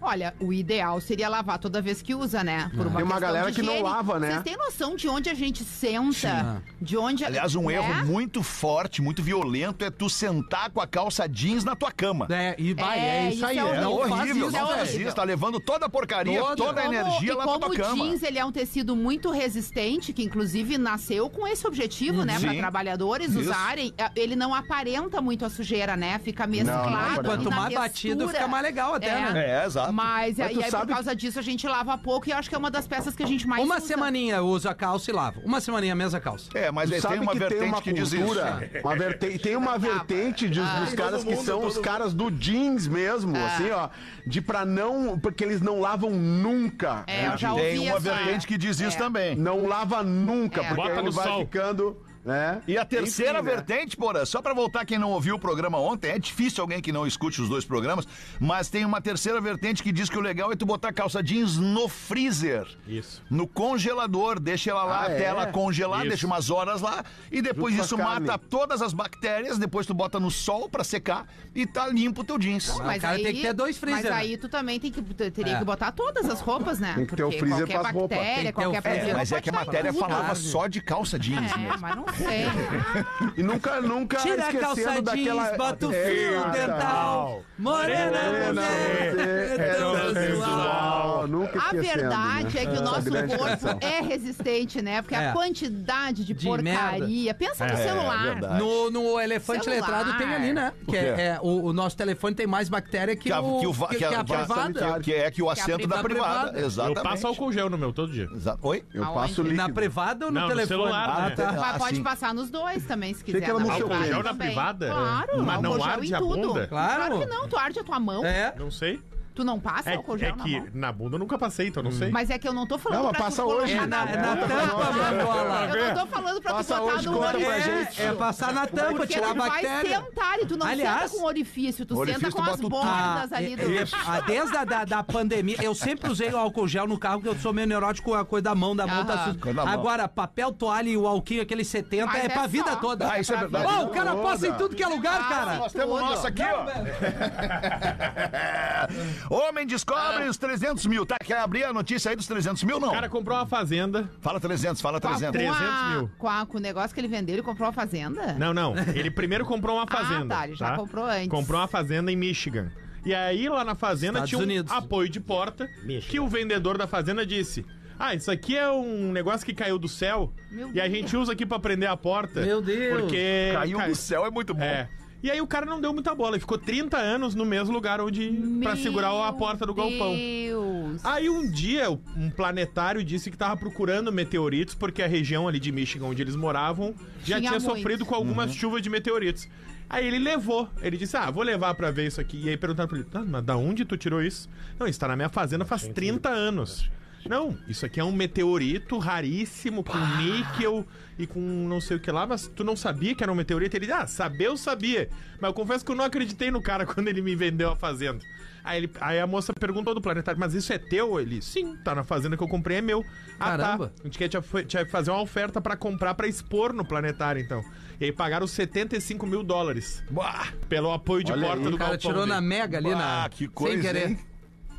Speaker 5: Olha, o ideal seria lavar toda vez que usa, né? Por uma
Speaker 7: Tem uma
Speaker 5: questão
Speaker 7: galera
Speaker 5: de
Speaker 7: que não
Speaker 5: higiene.
Speaker 7: lava, né?
Speaker 5: Vocês têm noção de onde a gente senta? De onde...
Speaker 3: Aliás, um
Speaker 5: né?
Speaker 3: erro muito forte, muito violento é tu sentar com a calça jeans na tua cama.
Speaker 4: É, e vai, é,
Speaker 5: É,
Speaker 4: isso
Speaker 5: isso
Speaker 4: aí.
Speaker 5: é
Speaker 4: não
Speaker 5: horrível,
Speaker 4: faz
Speaker 3: horrível,
Speaker 4: isso,
Speaker 5: é
Speaker 3: não
Speaker 4: velho.
Speaker 3: faz
Speaker 5: horrível.
Speaker 3: isso. Tá levando toda a porcaria,
Speaker 4: Toda.
Speaker 3: toda, a
Speaker 5: E como-
Speaker 3: energia
Speaker 5: e
Speaker 3: lá na
Speaker 5: como
Speaker 3: tua
Speaker 5: o
Speaker 3: cama.
Speaker 5: jeans ele é um tecido muito resistente, que inclusive nasceu com esse objetivo, né? Para
Speaker 3: Sim.
Speaker 5: trabalhadores
Speaker 3: Isso.
Speaker 5: usarem. Eh, Ele não aparenta muito a sujeira, né? Fica mesclado.
Speaker 7: não aparenta.
Speaker 5: e
Speaker 4: Quanto
Speaker 5: na
Speaker 4: mais batido,
Speaker 5: textura.
Speaker 4: fica mais legal até,
Speaker 5: É.
Speaker 4: né?
Speaker 3: É, exato.
Speaker 5: Mas,
Speaker 7: Mas
Speaker 5: aí,
Speaker 7: tu
Speaker 5: aí
Speaker 7: sabe-
Speaker 5: por causa disso a gente lava pouco e eu acho que é uma das peças que a gente mais
Speaker 4: Uma
Speaker 5: usa.
Speaker 4: semaninha eu uso a calça e lavo. Uma semaninha a mesma calça.
Speaker 3: É, mas
Speaker 7: Tu
Speaker 3: é,
Speaker 7: sabe
Speaker 3: tem uma
Speaker 7: que
Speaker 3: vertente
Speaker 7: tem uma
Speaker 3: que diz isso.
Speaker 7: cultura, uma vertente, tem
Speaker 4: Ah,
Speaker 7: uma vertente de- dos caras que são os caras do jeans mesmo,
Speaker 4: Ah.
Speaker 7: assim, ó, de pra não, porque eles não lavam nunca.
Speaker 5: É, eu já ouvi
Speaker 3: Tem uma
Speaker 5: essa-
Speaker 3: vertente que diz isso
Speaker 5: é.
Speaker 3: também.
Speaker 7: Não lava nunca,
Speaker 5: É.
Speaker 7: porque
Speaker 6: Bota
Speaker 7: aí ele
Speaker 6: no
Speaker 7: vai
Speaker 6: sol.
Speaker 7: ficando, né?
Speaker 3: E a terceira
Speaker 7: Enfim, né?
Speaker 3: vertente, Porã, só pra voltar quem não ouviu o programa ontem, é difícil alguém que não escute os dois programas, mas tem uma terceira vertente que diz que o legal é tu botar calça jeans no freezer.
Speaker 6: Isso.
Speaker 3: No congelador, deixa ela lá
Speaker 7: Ah,
Speaker 3: até
Speaker 7: é?
Speaker 3: ela congelar,
Speaker 6: Isso.
Speaker 3: deixa umas horas lá e depois
Speaker 7: Junto
Speaker 3: isso
Speaker 7: com a carne.
Speaker 3: mata todas as bactérias, depois tu bota no sol pra secar e tá limpo o teu jeans.
Speaker 5: Não, mas
Speaker 4: O cara
Speaker 5: aí,
Speaker 4: tem que ter dois freezer,
Speaker 5: Mas
Speaker 4: né?
Speaker 5: aí tu também tem que, tu teria
Speaker 4: É.
Speaker 5: que botar todas as roupas, né?
Speaker 7: Tem que ter o
Speaker 5: Porque
Speaker 7: freezer
Speaker 5: qualquer
Speaker 7: pras roupas.
Speaker 5: bactéria,
Speaker 4: Tem que ter o
Speaker 5: qualquer
Speaker 7: tá
Speaker 4: freezer.
Speaker 5: problema
Speaker 3: É, mas é
Speaker 5: pode
Speaker 3: que a
Speaker 5: dar
Speaker 3: matéria
Speaker 5: tudo.
Speaker 3: falava só de calça jeans né? mesmo.
Speaker 5: É, mas não Sempre.
Speaker 7: E nunca, nunca
Speaker 4: Tira a calça
Speaker 7: esquecendo
Speaker 4: jeans,
Speaker 7: daquela... É,
Speaker 4: bota o fio
Speaker 7: cara.
Speaker 4: dental. Morena,
Speaker 7: Morena,
Speaker 4: você é tão
Speaker 7: você é
Speaker 4: sensual.
Speaker 7: sensual, Nunca
Speaker 5: A
Speaker 7: esquecendo,
Speaker 5: verdade
Speaker 7: né?
Speaker 5: é que o nosso
Speaker 7: Essa grande canção.
Speaker 5: corpo é resistente, né? Porque
Speaker 4: É.
Speaker 5: a quantidade de,
Speaker 4: De
Speaker 5: porcaria. Pensa no
Speaker 3: É,
Speaker 5: celular.
Speaker 3: verdade.
Speaker 4: No, no elefante
Speaker 5: Celular.
Speaker 4: letrado tem ali, né?
Speaker 3: O
Speaker 4: Que
Speaker 3: quê?
Speaker 4: é, é, o, o nosso telefone tem mais bactéria que,
Speaker 3: Que a-
Speaker 4: o,
Speaker 3: que o va-
Speaker 4: que,
Speaker 3: que a-
Speaker 4: que a
Speaker 3: que a-
Speaker 4: privada.
Speaker 3: Que é que o
Speaker 5: Que
Speaker 3: assento
Speaker 5: a
Speaker 3: da
Speaker 4: privada.
Speaker 3: privada.
Speaker 6: Eu
Speaker 3: Exatamente.
Speaker 6: passo álcool gel no meu todo dia.
Speaker 3: Exa- Oi?
Speaker 7: Eu
Speaker 5: Aonde?
Speaker 7: passo líquido.
Speaker 4: Na privada ou no
Speaker 6: Não, no
Speaker 4: telefone?
Speaker 6: celular,
Speaker 4: ah,
Speaker 6: né?
Speaker 4: tá.
Speaker 5: Mas pode
Speaker 3: Assim.
Speaker 5: passar nos dois também, se quiser.
Speaker 7: que ela não
Speaker 5: privada
Speaker 7: chegou.
Speaker 6: Álcool gel na
Speaker 5: também.
Speaker 6: privada?
Speaker 5: Claro,
Speaker 6: Mas não
Speaker 5: álcool gel
Speaker 6: arde
Speaker 5: em
Speaker 6: a
Speaker 5: tudo.
Speaker 6: bunda?
Speaker 5: Claro
Speaker 4: Claro.
Speaker 5: que não, tu arde a tua mão.
Speaker 4: É.
Speaker 6: Não sei.
Speaker 5: Tu não passa
Speaker 6: É,
Speaker 5: álcool
Speaker 6: é
Speaker 5: gel na
Speaker 6: que
Speaker 5: mão.
Speaker 6: na bunda eu nunca passei, então eu não
Speaker 3: Hum.
Speaker 6: sei.
Speaker 5: Mas é que eu não tô falando
Speaker 7: Não, mas
Speaker 5: pra
Speaker 7: passa
Speaker 5: tu colocar
Speaker 7: hoje.
Speaker 4: É na, é
Speaker 5: mão.
Speaker 4: na tampa, Mandola.
Speaker 5: Eu não tô falando Então, pra
Speaker 7: Passa
Speaker 5: tu botar
Speaker 7: hoje,
Speaker 5: no
Speaker 7: conta
Speaker 5: olho.
Speaker 7: pra gente.
Speaker 4: É, é passar na tampa,
Speaker 5: Porque
Speaker 4: tirar a
Speaker 5: tu vai
Speaker 4: bactéria.
Speaker 5: sentar e tu não
Speaker 4: Aliás,
Speaker 5: senta com orifício, tu
Speaker 3: orifício,
Speaker 5: senta com
Speaker 3: tu
Speaker 5: as
Speaker 3: bota o
Speaker 5: bordas ali do...
Speaker 4: é- é- ah, desde a da, da pandemia, eu sempre usei o álcool gel no carro, porque eu sou meio neurótico com a coisa da mão, da mão tá
Speaker 5: Aham.
Speaker 4: suja.
Speaker 3: Coisa da mão.
Speaker 4: Agora, papel, toalha e o alquinho, aquele 70,
Speaker 5: Mas
Speaker 4: é,
Speaker 5: é
Speaker 4: pra
Speaker 5: só.
Speaker 4: vida toda.
Speaker 3: Ah, isso é
Speaker 5: pra
Speaker 3: verdade.
Speaker 4: Ô, o cara passa em tudo que é lugar, cara.
Speaker 3: Nós temos
Speaker 5: Tudo.
Speaker 3: nosso aqui, É, ó. Homem descobre os 300 mil. Tá, quer abrir a notícia aí dos 300 mil? Não.
Speaker 6: O cara comprou uma fazenda.
Speaker 3: Fala 300, fala
Speaker 5: Com a-
Speaker 3: 300.
Speaker 5: com a-
Speaker 6: 300 mil.
Speaker 5: Com, a- com o negócio que ele vendeu, ele comprou a fazenda?
Speaker 6: Não, não. Ele primeiro comprou uma fazenda.
Speaker 5: tá, ele já comprou antes.
Speaker 6: Comprou uma fazenda em Michigan. E aí lá na fazenda
Speaker 4: Estados
Speaker 6: tinha um
Speaker 4: Unidos.
Speaker 6: apoio de porta que o vendedor da fazenda disse: Ah, isso aqui é um negócio que caiu do céu
Speaker 5: Meu
Speaker 6: e a
Speaker 5: Deus.
Speaker 6: gente usa aqui pra prender a porta.
Speaker 4: Meu Deus.
Speaker 6: Porque
Speaker 3: Caiu
Speaker 6: cai-
Speaker 3: do céu, é muito bom.
Speaker 6: É. E aí o cara não deu muita bola, ele ficou 30 anos no mesmo lugar onde para segurar a porta do galpão.
Speaker 5: Deus.
Speaker 6: Aí um dia, um planetário disse que tava procurando meteoritos, porque a região ali de Michigan, onde eles moravam, já
Speaker 5: Tinha
Speaker 6: tinha,
Speaker 5: muito.
Speaker 6: sofrido com algumas chuvas de meteoritos. Aí ele levou, ele disse, ah, vou levar pra ver isso aqui. E aí perguntaram pra ele, tá, mas da onde tu tirou isso? Não, isso tá na minha fazenda faz 30 anos. Não, isso aqui é um meteorito raríssimo, com níquel e com não sei o que lá, mas tu não sabia que era um meteorito? Ele, ah, saber eu sabia, mas eu confesso que eu não acreditei no cara quando ele me vendeu a fazenda. Aí, ele- aí a moça perguntou do planetário, mas isso é teu? Ele, sim, tá na fazenda que eu comprei, é meu. Ah,
Speaker 4: Caramba.
Speaker 6: tá. A gente quer te, af- te fazer uma oferta pra comprar pra expor no planetário, então. E aí pagaram 75 mil dólares
Speaker 3: Bah,
Speaker 6: pelo apoio de
Speaker 7: Olha
Speaker 6: porta
Speaker 7: aí.
Speaker 6: do
Speaker 4: O cara
Speaker 6: galpão
Speaker 4: tirou
Speaker 6: dele.
Speaker 4: na mega ali, na,
Speaker 3: bah, Ah, que coisa.
Speaker 4: sem querer.
Speaker 3: hein?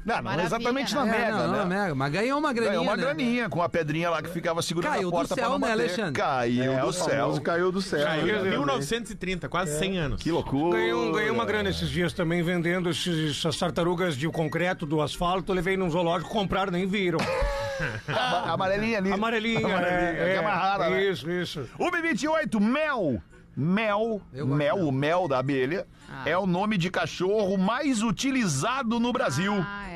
Speaker 3: Não, não
Speaker 5: Maravilha,
Speaker 3: exatamente na
Speaker 5: né?
Speaker 4: É,
Speaker 3: mega,
Speaker 4: não, não,
Speaker 3: né?
Speaker 4: é mega. Mas ganhou uma graninha,
Speaker 3: Ganhou uma
Speaker 4: né?
Speaker 3: graninha com a pedrinha lá que ficava segurando
Speaker 4: Caiu
Speaker 3: a
Speaker 4: do
Speaker 3: porta pra
Speaker 4: céu,
Speaker 3: não
Speaker 4: né,
Speaker 3: bater.
Speaker 4: Alexandre?
Speaker 3: Caiu do É céu.
Speaker 7: caiu do céu.
Speaker 6: Caiu
Speaker 7: né?
Speaker 6: em 1930, quase 100 anos.
Speaker 3: Que loucura.
Speaker 8: Ganhei, um, ganhei uma grana esses dias também vendendo esses- essas tartarugas de concreto do asfalto. Levei num zoológico, compraram, nem viram.
Speaker 3: A- a Ah, Amarelinha ali.
Speaker 8: Amarelinha,
Speaker 3: Amarelinha,
Speaker 8: é,
Speaker 3: que amarrara, né?
Speaker 8: Isso, isso.
Speaker 3: 1,28, mel. Mel,
Speaker 4: Eu
Speaker 3: mel,
Speaker 4: gosto de mel. Ah.
Speaker 3: o mel da abelha, é o nome de cachorro mais utilizado no Brasil.
Speaker 5: Ah, é.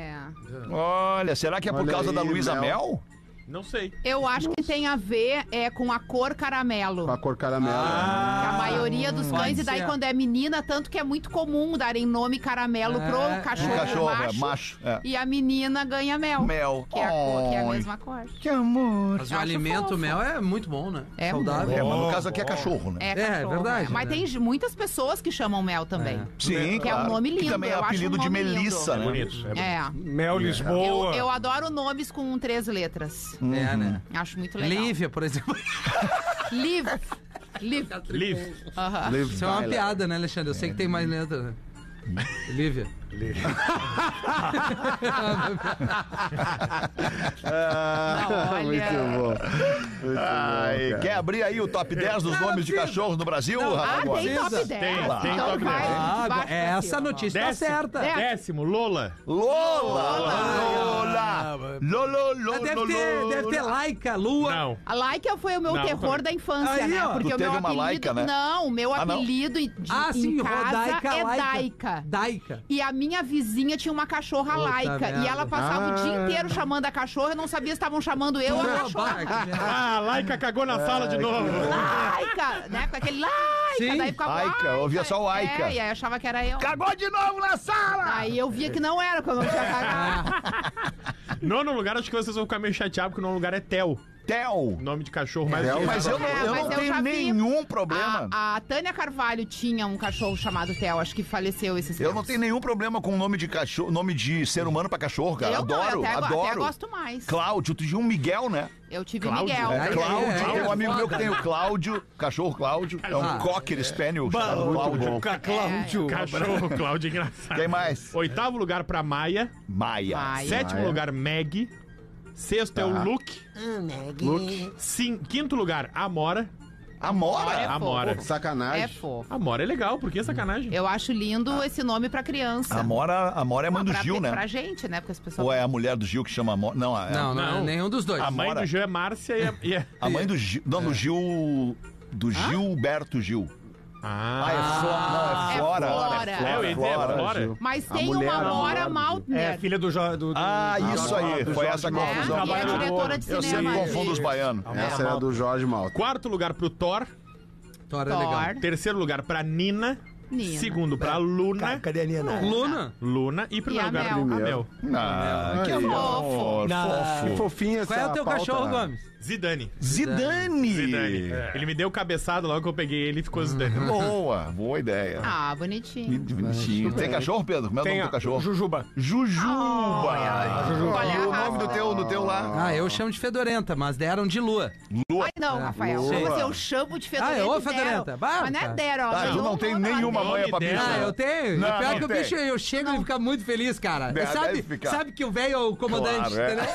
Speaker 3: Olha, será que é por
Speaker 7: Olha
Speaker 3: causa da
Speaker 7: aí,
Speaker 3: Luísa
Speaker 7: mel.
Speaker 3: Mel?
Speaker 6: Não sei.
Speaker 5: Eu acho que tem a ver é, com a cor caramelo.
Speaker 7: Com a cor caramelo.
Speaker 4: Ah,
Speaker 5: Que a maioria dos cães,
Speaker 4: pode
Speaker 5: e daí
Speaker 4: ser.
Speaker 5: quando é menina, tanto que é muito comum darem nome caramelo
Speaker 4: É,
Speaker 5: pro
Speaker 4: é.
Speaker 5: cachorro,
Speaker 3: O cachorro
Speaker 5: macho,
Speaker 3: é macho. é.
Speaker 5: E a menina ganha mel.
Speaker 3: Mel.
Speaker 5: Que é, a cor, que é a
Speaker 3: Ai,
Speaker 5: mesma cor.
Speaker 3: Que amor.
Speaker 4: Mas o
Speaker 5: Acho
Speaker 4: alimento
Speaker 5: fofo.
Speaker 4: mel é muito bom, né?
Speaker 5: É
Speaker 4: Saudável.
Speaker 3: É, mas no caso aqui é cachorro, né?
Speaker 5: É,
Speaker 4: É,
Speaker 5: cachorro,
Speaker 4: verdade,
Speaker 5: né? Mas
Speaker 4: né?
Speaker 5: tem j- muitas pessoas que chamam mel também.
Speaker 3: Sim,
Speaker 5: Que é um
Speaker 3: claro.
Speaker 5: nome
Speaker 3: Que
Speaker 5: lindo,
Speaker 3: também é
Speaker 5: eu acho
Speaker 3: apelido
Speaker 5: um
Speaker 3: de
Speaker 5: nome lindo.
Speaker 3: Melissa, né?
Speaker 6: Bonito. É
Speaker 5: É.
Speaker 8: Mel
Speaker 5: Eu,
Speaker 8: Lisboa.
Speaker 5: eu adoro nomes com três letras.
Speaker 4: É,
Speaker 3: Uhum.
Speaker 4: né?
Speaker 5: Acho muito legal.
Speaker 4: Lívia, por exemplo.
Speaker 5: Liv. Liv.
Speaker 6: Live.
Speaker 5: Aham.
Speaker 7: Live
Speaker 4: Isso é uma
Speaker 7: by
Speaker 4: piada, né, Alexandre? Eu sei que tem mais letra, né?
Speaker 3: É.
Speaker 4: Lívia.
Speaker 5: Não,
Speaker 4: é.
Speaker 5: olha.
Speaker 7: Muito bom. Muito
Speaker 3: Ai,
Speaker 7: bom, cara.
Speaker 3: quer abrir aí o top 10 dos nomes de cachorros no Brasil,
Speaker 5: Ah,
Speaker 3: Rafa? Gomes?
Speaker 5: tem top
Speaker 4: Precisa.
Speaker 5: 10.
Speaker 6: Tem,
Speaker 5: então
Speaker 6: tem top
Speaker 5: vai
Speaker 6: 10.
Speaker 5: de
Speaker 4: Ah,
Speaker 5: baixo pra
Speaker 4: essa
Speaker 5: cima.
Speaker 4: notícia tá
Speaker 6: Décimo,
Speaker 4: certa.
Speaker 6: Décimo, Lola.
Speaker 3: Lola! Lola! Lola, Lola,
Speaker 4: Mas Ah, deve ter,
Speaker 3: Lola.
Speaker 4: deve ter laica, lua.
Speaker 6: Não.
Speaker 5: A Laika foi o meu
Speaker 6: Não,
Speaker 5: terror
Speaker 6: também.
Speaker 5: da infância,
Speaker 4: Aí,
Speaker 5: né?
Speaker 4: ó.
Speaker 5: Porque
Speaker 3: Tu
Speaker 5: o meu
Speaker 3: teve uma
Speaker 5: apelido.
Speaker 3: Laika, né?
Speaker 5: Não, o meu
Speaker 3: Ah, não.
Speaker 5: apelido em- de,
Speaker 4: Ah,
Speaker 5: em
Speaker 4: sim,
Speaker 5: casa
Speaker 4: rodaica,
Speaker 5: é
Speaker 4: laica.
Speaker 5: Daica.
Speaker 4: Daica.
Speaker 5: E a minha vizinha tinha uma cachorra
Speaker 4: Puta
Speaker 5: laica.
Speaker 4: merda.
Speaker 5: E ela passava o
Speaker 6: Ah.
Speaker 5: dia inteiro chamando a cachorra. Eu não sabia se estavam chamando eu ou a
Speaker 4: Ah,
Speaker 5: cachorra.
Speaker 4: bah, que merda.
Speaker 6: Ah, a Laika cagou na sala de novo.
Speaker 5: Laica! Né? Ficava aquele laica.
Speaker 4: Sim.
Speaker 5: Daí ficava.
Speaker 3: Aica, eu ouvia só o Aica.
Speaker 5: É, e aí achava que era eu.
Speaker 3: Cagou de novo na sala!
Speaker 5: Aí eu via que não era, que eu não tinha
Speaker 4: Ah.
Speaker 5: cagado.
Speaker 6: Nono lugar, acho que vocês vão ficar meio chateados, porque o nono lugar é Tel.
Speaker 3: Tel!
Speaker 6: O nome de cachorro mais
Speaker 7: Tel.
Speaker 3: Mas eu, não-
Speaker 5: É,
Speaker 3: eu
Speaker 5: mas
Speaker 3: não
Speaker 5: eu já
Speaker 3: tenho
Speaker 5: vi. Ah,
Speaker 3: nenhum problema.
Speaker 5: A, a Tânia Carvalho tinha um cachorro chamado Theo, acho que faleceu esses
Speaker 3: Eu não
Speaker 5: tempos.
Speaker 3: tenho nenhum problema com nome de cachorro, nome de ser humano pra cachorro, cara.
Speaker 5: Eu não, eu
Speaker 3: adoro,
Speaker 5: até,
Speaker 3: adoro.
Speaker 5: até gosto mais.
Speaker 3: Cláudio, tu tinha um Miguel, né?
Speaker 5: Eu tive
Speaker 6: Cláudio,
Speaker 5: Miguel.
Speaker 4: É,
Speaker 6: né?
Speaker 3: Cláudio,
Speaker 4: é,
Speaker 3: tem
Speaker 4: é,
Speaker 3: um amigo meu que
Speaker 4: foda.
Speaker 3: tem o Cláudio, cachorro Cláudio, é um
Speaker 4: Ah.
Speaker 3: cocker spaniel chamado
Speaker 8: Cláudio.
Speaker 3: Cláudio.
Speaker 5: É.
Speaker 8: Cláudio.
Speaker 6: Cachorro, Cláudio, engraçado.
Speaker 3: Quem mais?
Speaker 6: Oitavo lugar pra Maia.
Speaker 3: Maia.
Speaker 5: Maia.
Speaker 6: Sétimo
Speaker 7: Maia.
Speaker 6: lugar, Meg. Sexto é o Luke.
Speaker 7: Luke.
Speaker 6: Sim, quinto lugar, Amora.
Speaker 5: É
Speaker 3: Amora?
Speaker 5: fofo.
Speaker 6: Amora.
Speaker 7: Sacanagem.
Speaker 5: É fofo.
Speaker 6: Amora é legal, por que sacanagem?
Speaker 5: Eu acho lindo esse nome pra criança.
Speaker 3: Amora, Amora é a mãe
Speaker 5: Não,
Speaker 3: do
Speaker 5: pra,
Speaker 3: Ah. Gil, né?
Speaker 5: Pra gente, né? Porque as pessoas...
Speaker 3: Ou é a mulher do Gil que chama Amora? Não, a,
Speaker 4: Não, não, é
Speaker 6: Não.
Speaker 4: nenhum dos dois.
Speaker 3: Ah,
Speaker 6: A mãe
Speaker 3: Amora.
Speaker 6: do Jean é Márcia e a. e a-
Speaker 3: a mãe do Gil. Não,
Speaker 4: É.
Speaker 3: do Gilberto Do Gilberto Gil. Ah,
Speaker 6: Ah,
Speaker 3: é
Speaker 5: é
Speaker 3: Flora. Não, é Flora.
Speaker 5: Flora.
Speaker 6: é, eu ia dizer, é
Speaker 3: Flora,
Speaker 6: Flora.
Speaker 7: Gil.
Speaker 5: Mas
Speaker 7: A
Speaker 5: tem
Speaker 7: mulher
Speaker 5: uma
Speaker 7: namorada
Speaker 5: Amora
Speaker 7: do-
Speaker 8: É,
Speaker 5: Maltner.
Speaker 8: filha do Jorge. Do, do-
Speaker 3: Ah, isso aí.
Speaker 8: do
Speaker 3: Foi
Speaker 8: Jorge
Speaker 3: essa a
Speaker 5: né?
Speaker 8: Malta.
Speaker 3: confusão.
Speaker 5: E é
Speaker 8: Trabalhou-
Speaker 5: diretora de
Speaker 3: Eu
Speaker 5: cinema.
Speaker 3: sempre confundo os baianos.
Speaker 7: Essa é a do Jorge Malta.
Speaker 6: Quarto lugar pro Thor.
Speaker 4: Thor é legal.
Speaker 5: Thor,
Speaker 6: Terceiro lugar pra Nina.
Speaker 5: Nina.
Speaker 6: Segundo pra Luna.
Speaker 8: Ca- Cadê a Nina?
Speaker 4: Luna?
Speaker 6: Luna. E primeiro
Speaker 5: E a
Speaker 6: lugar
Speaker 5: Mel.
Speaker 6: a Mel.
Speaker 3: Ah, que
Speaker 7: Aí, ó.
Speaker 3: amor,
Speaker 8: Na-
Speaker 7: Que
Speaker 3: fofo.
Speaker 7: fofinha essa
Speaker 4: Qual é o teu
Speaker 7: pauta,
Speaker 4: cachorro,
Speaker 7: né?
Speaker 4: Gomes?
Speaker 6: Zidane.
Speaker 3: Zidane.
Speaker 6: Zidane. Ele me deu cabeçada logo que eu peguei ele e ficou Zidane.
Speaker 3: Hum. Boa, boa ideia.
Speaker 5: Ah, bonitinho.
Speaker 3: Bonitinho. Tem cachorro, Pedro? Como é o
Speaker 8: Tem
Speaker 3: nome
Speaker 8: a
Speaker 3: do cachorro?
Speaker 8: Jujuba.
Speaker 3: Jujuba.
Speaker 5: Qual é
Speaker 3: E
Speaker 5: a
Speaker 3: o nome
Speaker 5: raça?
Speaker 3: do teu, do teu lá?
Speaker 4: Ah, eu chamo de Fedorenta, mas deram de lua.
Speaker 5: Ai, não, Rafael.
Speaker 4: Sim.
Speaker 5: Como assim, eu chamo de fedorenta.
Speaker 4: Ah, é ô,
Speaker 5: e deram.
Speaker 4: fedorenta. Bah,
Speaker 5: Mas não
Speaker 4: tá.
Speaker 5: é deram.
Speaker 3: Ah,
Speaker 5: ela
Speaker 3: tu não
Speaker 5: jogou
Speaker 3: tem
Speaker 5: na
Speaker 3: nenhuma
Speaker 5: dele.
Speaker 3: manhã pra bicho.
Speaker 4: Ah, eu tenho.
Speaker 3: Não,
Speaker 4: e pior
Speaker 3: não
Speaker 4: que o
Speaker 3: tem.
Speaker 4: bicho, eu chego e fica muito feliz, cara.
Speaker 3: Deve
Speaker 4: sabe,
Speaker 3: ficar.
Speaker 4: sabe que o velho é o comandante,
Speaker 3: Claro, é.
Speaker 4: entendeu?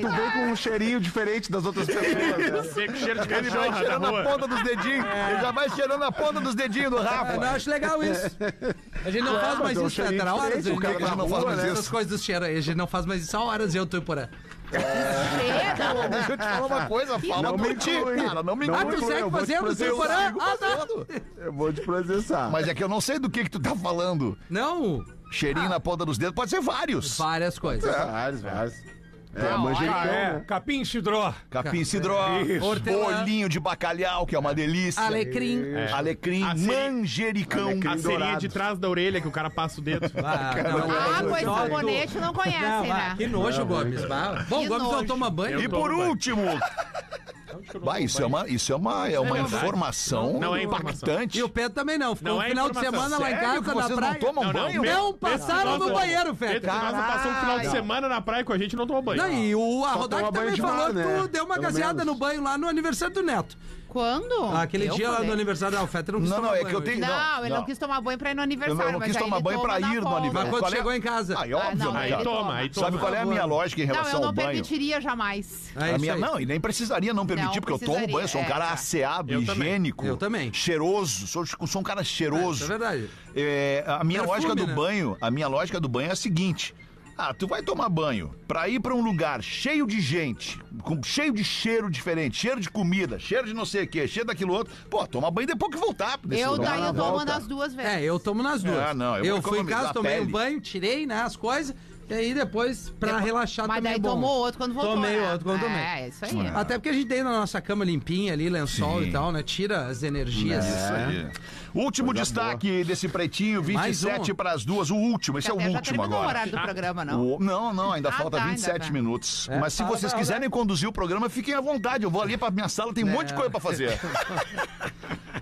Speaker 7: Tu vem com um cheirinho diferente das outras pessoas. né?
Speaker 6: Vem é com cheiro de
Speaker 3: Ele
Speaker 6: cachorro
Speaker 3: vai
Speaker 6: na
Speaker 3: cheirando
Speaker 6: rua.
Speaker 3: a ponta dos dedinhos. Ele já vai cheirando a ponta dos dedinhos do
Speaker 4: Eu É, não
Speaker 3: Rafa.
Speaker 4: acho legal isso. A gente não faz mais
Speaker 7: tem um
Speaker 4: isso,
Speaker 7: cheirinho
Speaker 4: Pedro. Há horas.
Speaker 7: diferente,
Speaker 4: gente-
Speaker 7: o cara
Speaker 3: na
Speaker 4: gente não
Speaker 3: rua,
Speaker 4: faz mais
Speaker 3: né?
Speaker 4: Essas coisas do cheiro aí. A gente não faz mais isso há horas, eu tô em porã.
Speaker 5: Pedro.
Speaker 3: Deixa eu te falar uma coisa, fala
Speaker 7: Não
Speaker 3: por
Speaker 7: me
Speaker 3: ti,
Speaker 7: inclui.
Speaker 3: cara. Não me
Speaker 7: Não
Speaker 4: Ah,
Speaker 3: inclui.
Speaker 7: me
Speaker 4: tu
Speaker 7: eu
Speaker 4: segue
Speaker 7: vou te
Speaker 4: fazendo
Speaker 7: fazer
Speaker 4: sem
Speaker 7: um
Speaker 4: porã? Ah, tá.
Speaker 7: Eu vou te processar.
Speaker 3: Mas é que eu não sei do que que tu tá falando.
Speaker 4: Não,
Speaker 3: Cheirinho na ponta dos dedos pode ser vários.
Speaker 4: várias coisas.
Speaker 7: Vários, vários. É, a manjericão,
Speaker 8: Ah, é.
Speaker 7: né?
Speaker 8: Capim Chidró.
Speaker 3: Capim cidró,
Speaker 4: Hortelã.
Speaker 3: bolinho de bacalhau, que é uma delícia.
Speaker 4: Alecrim.
Speaker 3: Alecrim,
Speaker 6: Aceri-
Speaker 3: manjericão.
Speaker 6: A
Speaker 7: Alecrim.
Speaker 6: serinha
Speaker 7: Dourado.
Speaker 6: de trás da orelha que o cara passa o dedo.
Speaker 4: Ah, não,
Speaker 5: Água e
Speaker 4: não,
Speaker 5: sabonete não
Speaker 4: não,
Speaker 5: conhecem,
Speaker 4: vai. Que
Speaker 5: né?
Speaker 4: nojo, Gomes. vai. Bom,
Speaker 5: Que
Speaker 4: Gomes não
Speaker 5: nojo.
Speaker 4: toma banho.
Speaker 3: E
Speaker 6: Eu
Speaker 3: por
Speaker 6: tomo banho.
Speaker 3: último. Bah, isso é uma, isso é uma, é uma
Speaker 6: verdade.
Speaker 3: informação
Speaker 6: Não é informação.
Speaker 3: impactante.
Speaker 4: E o Pedro também não. Ficou
Speaker 6: Não
Speaker 4: um
Speaker 6: é
Speaker 4: final de
Speaker 6: informação.
Speaker 4: semana lá em
Speaker 3: Sério
Speaker 4: casa,
Speaker 3: que
Speaker 4: na
Speaker 3: vocês não
Speaker 4: praia.
Speaker 3: tomam banho?
Speaker 4: Não passaram no
Speaker 6: Pedro Nossa-
Speaker 4: banheiro, Fede.
Speaker 6: Pedro Nossa passou um final de semana na praia com a gente e não tomou banho.
Speaker 4: Não, e o a
Speaker 7: Só
Speaker 4: Rodak
Speaker 7: toma banho
Speaker 4: também
Speaker 7: de
Speaker 4: falou
Speaker 7: mar,
Speaker 4: que
Speaker 7: né?
Speaker 4: tu deu uma
Speaker 7: Pelo
Speaker 4: gaseada
Speaker 7: menos.
Speaker 4: no banho lá no aniversário do Neto. Ah,
Speaker 5: Quando?
Speaker 4: Aquele
Speaker 5: Eu
Speaker 4: dia lá
Speaker 5: falei.
Speaker 4: no aniversário da Alfeta não quis
Speaker 3: Não,
Speaker 4: tomar
Speaker 3: não, é
Speaker 4: banho
Speaker 3: que eu
Speaker 4: hoje.
Speaker 3: tenho.
Speaker 5: Não, ele não
Speaker 3: não.
Speaker 5: quis tomar banho pra ir no
Speaker 3: Eu
Speaker 5: aniversário.
Speaker 3: não quis
Speaker 5: mas aí
Speaker 3: tomar
Speaker 5: ele
Speaker 3: banho
Speaker 5: toma
Speaker 3: pra
Speaker 5: na
Speaker 3: ir no
Speaker 5: folga.
Speaker 3: aniversário.
Speaker 4: Mas quando
Speaker 3: Qual é?
Speaker 4: chegou em casa.
Speaker 3: Ah, é óbvio,
Speaker 5: não,
Speaker 3: né,
Speaker 6: Aí
Speaker 5: ele
Speaker 3: cara?
Speaker 6: toma, aí toma.
Speaker 3: Sabe qual é a minha lógica em
Speaker 5: Não,
Speaker 3: relação
Speaker 5: eu não
Speaker 3: ao banho?
Speaker 5: permitiria jamais.
Speaker 4: É
Speaker 3: a
Speaker 4: isso
Speaker 3: minha,
Speaker 4: aí.
Speaker 3: não, e nem precisaria não permitir,
Speaker 5: Não
Speaker 3: porque eu tomo
Speaker 5: precisaria,
Speaker 3: banho, sou um
Speaker 5: é,
Speaker 3: cara
Speaker 5: tá.
Speaker 3: asseado,
Speaker 6: Eu também.
Speaker 3: higiênico.
Speaker 4: Eu também.
Speaker 3: Cheiroso, sou, sou um cara
Speaker 4: Isso é
Speaker 3: cheiroso.
Speaker 4: verdade.
Speaker 3: É, a minha
Speaker 4: Perfume,
Speaker 3: lógica do
Speaker 4: né?
Speaker 3: banho, a minha lógica do banho é a seguinte: ah, tu vai tomar banho pra ir pra um lugar cheio de gente, com cheio de cheiro diferente, cheiro de comida, cheiro de não sei o quê, cheiro daquilo outro. Pô, toma banho depois que voltar desse
Speaker 5: Eu
Speaker 3: lugar.
Speaker 5: daí eu
Speaker 7: na
Speaker 5: tomo
Speaker 7: volta.
Speaker 5: nas duas vezes.
Speaker 4: É, eu tomo nas duas.
Speaker 3: Ah, não, eu
Speaker 4: eu
Speaker 3: vou
Speaker 4: fui em
Speaker 3: economizar
Speaker 4: casa,
Speaker 3: a
Speaker 4: tomei um
Speaker 3: pele.
Speaker 4: banho, tirei, né, as coisas. E aí depois, pra
Speaker 5: Depois-
Speaker 4: relaxar
Speaker 5: Mas
Speaker 4: também
Speaker 5: daí
Speaker 4: é bom.
Speaker 5: tomou outro quando voltou.
Speaker 4: Tomei
Speaker 5: né?
Speaker 4: outro quando tomei.
Speaker 5: É, isso aí.
Speaker 4: Até porque a gente tem na nossa cama limpinha ali, lençol
Speaker 3: Sim.
Speaker 4: e tal, né? Tira as energias.
Speaker 3: Isso aí. É. Último destaque desse pretinho,
Speaker 4: Mais
Speaker 3: 27
Speaker 4: um.
Speaker 3: para as duas, o último, esse é o
Speaker 5: Até já
Speaker 3: último
Speaker 5: terminou o
Speaker 3: agora.
Speaker 5: horário do programa, não?
Speaker 3: O- Não, não, ainda
Speaker 5: Ah,
Speaker 3: falta
Speaker 5: tá, ainda
Speaker 3: 27
Speaker 5: tá.
Speaker 3: minutos.
Speaker 4: É,
Speaker 3: Mas se
Speaker 4: fala,
Speaker 3: vocês
Speaker 4: fala,
Speaker 3: quiserem conduzir o programa, fiquem à vontade. Eu vou ali pra minha sala, tem um monte de coisa pra fazer.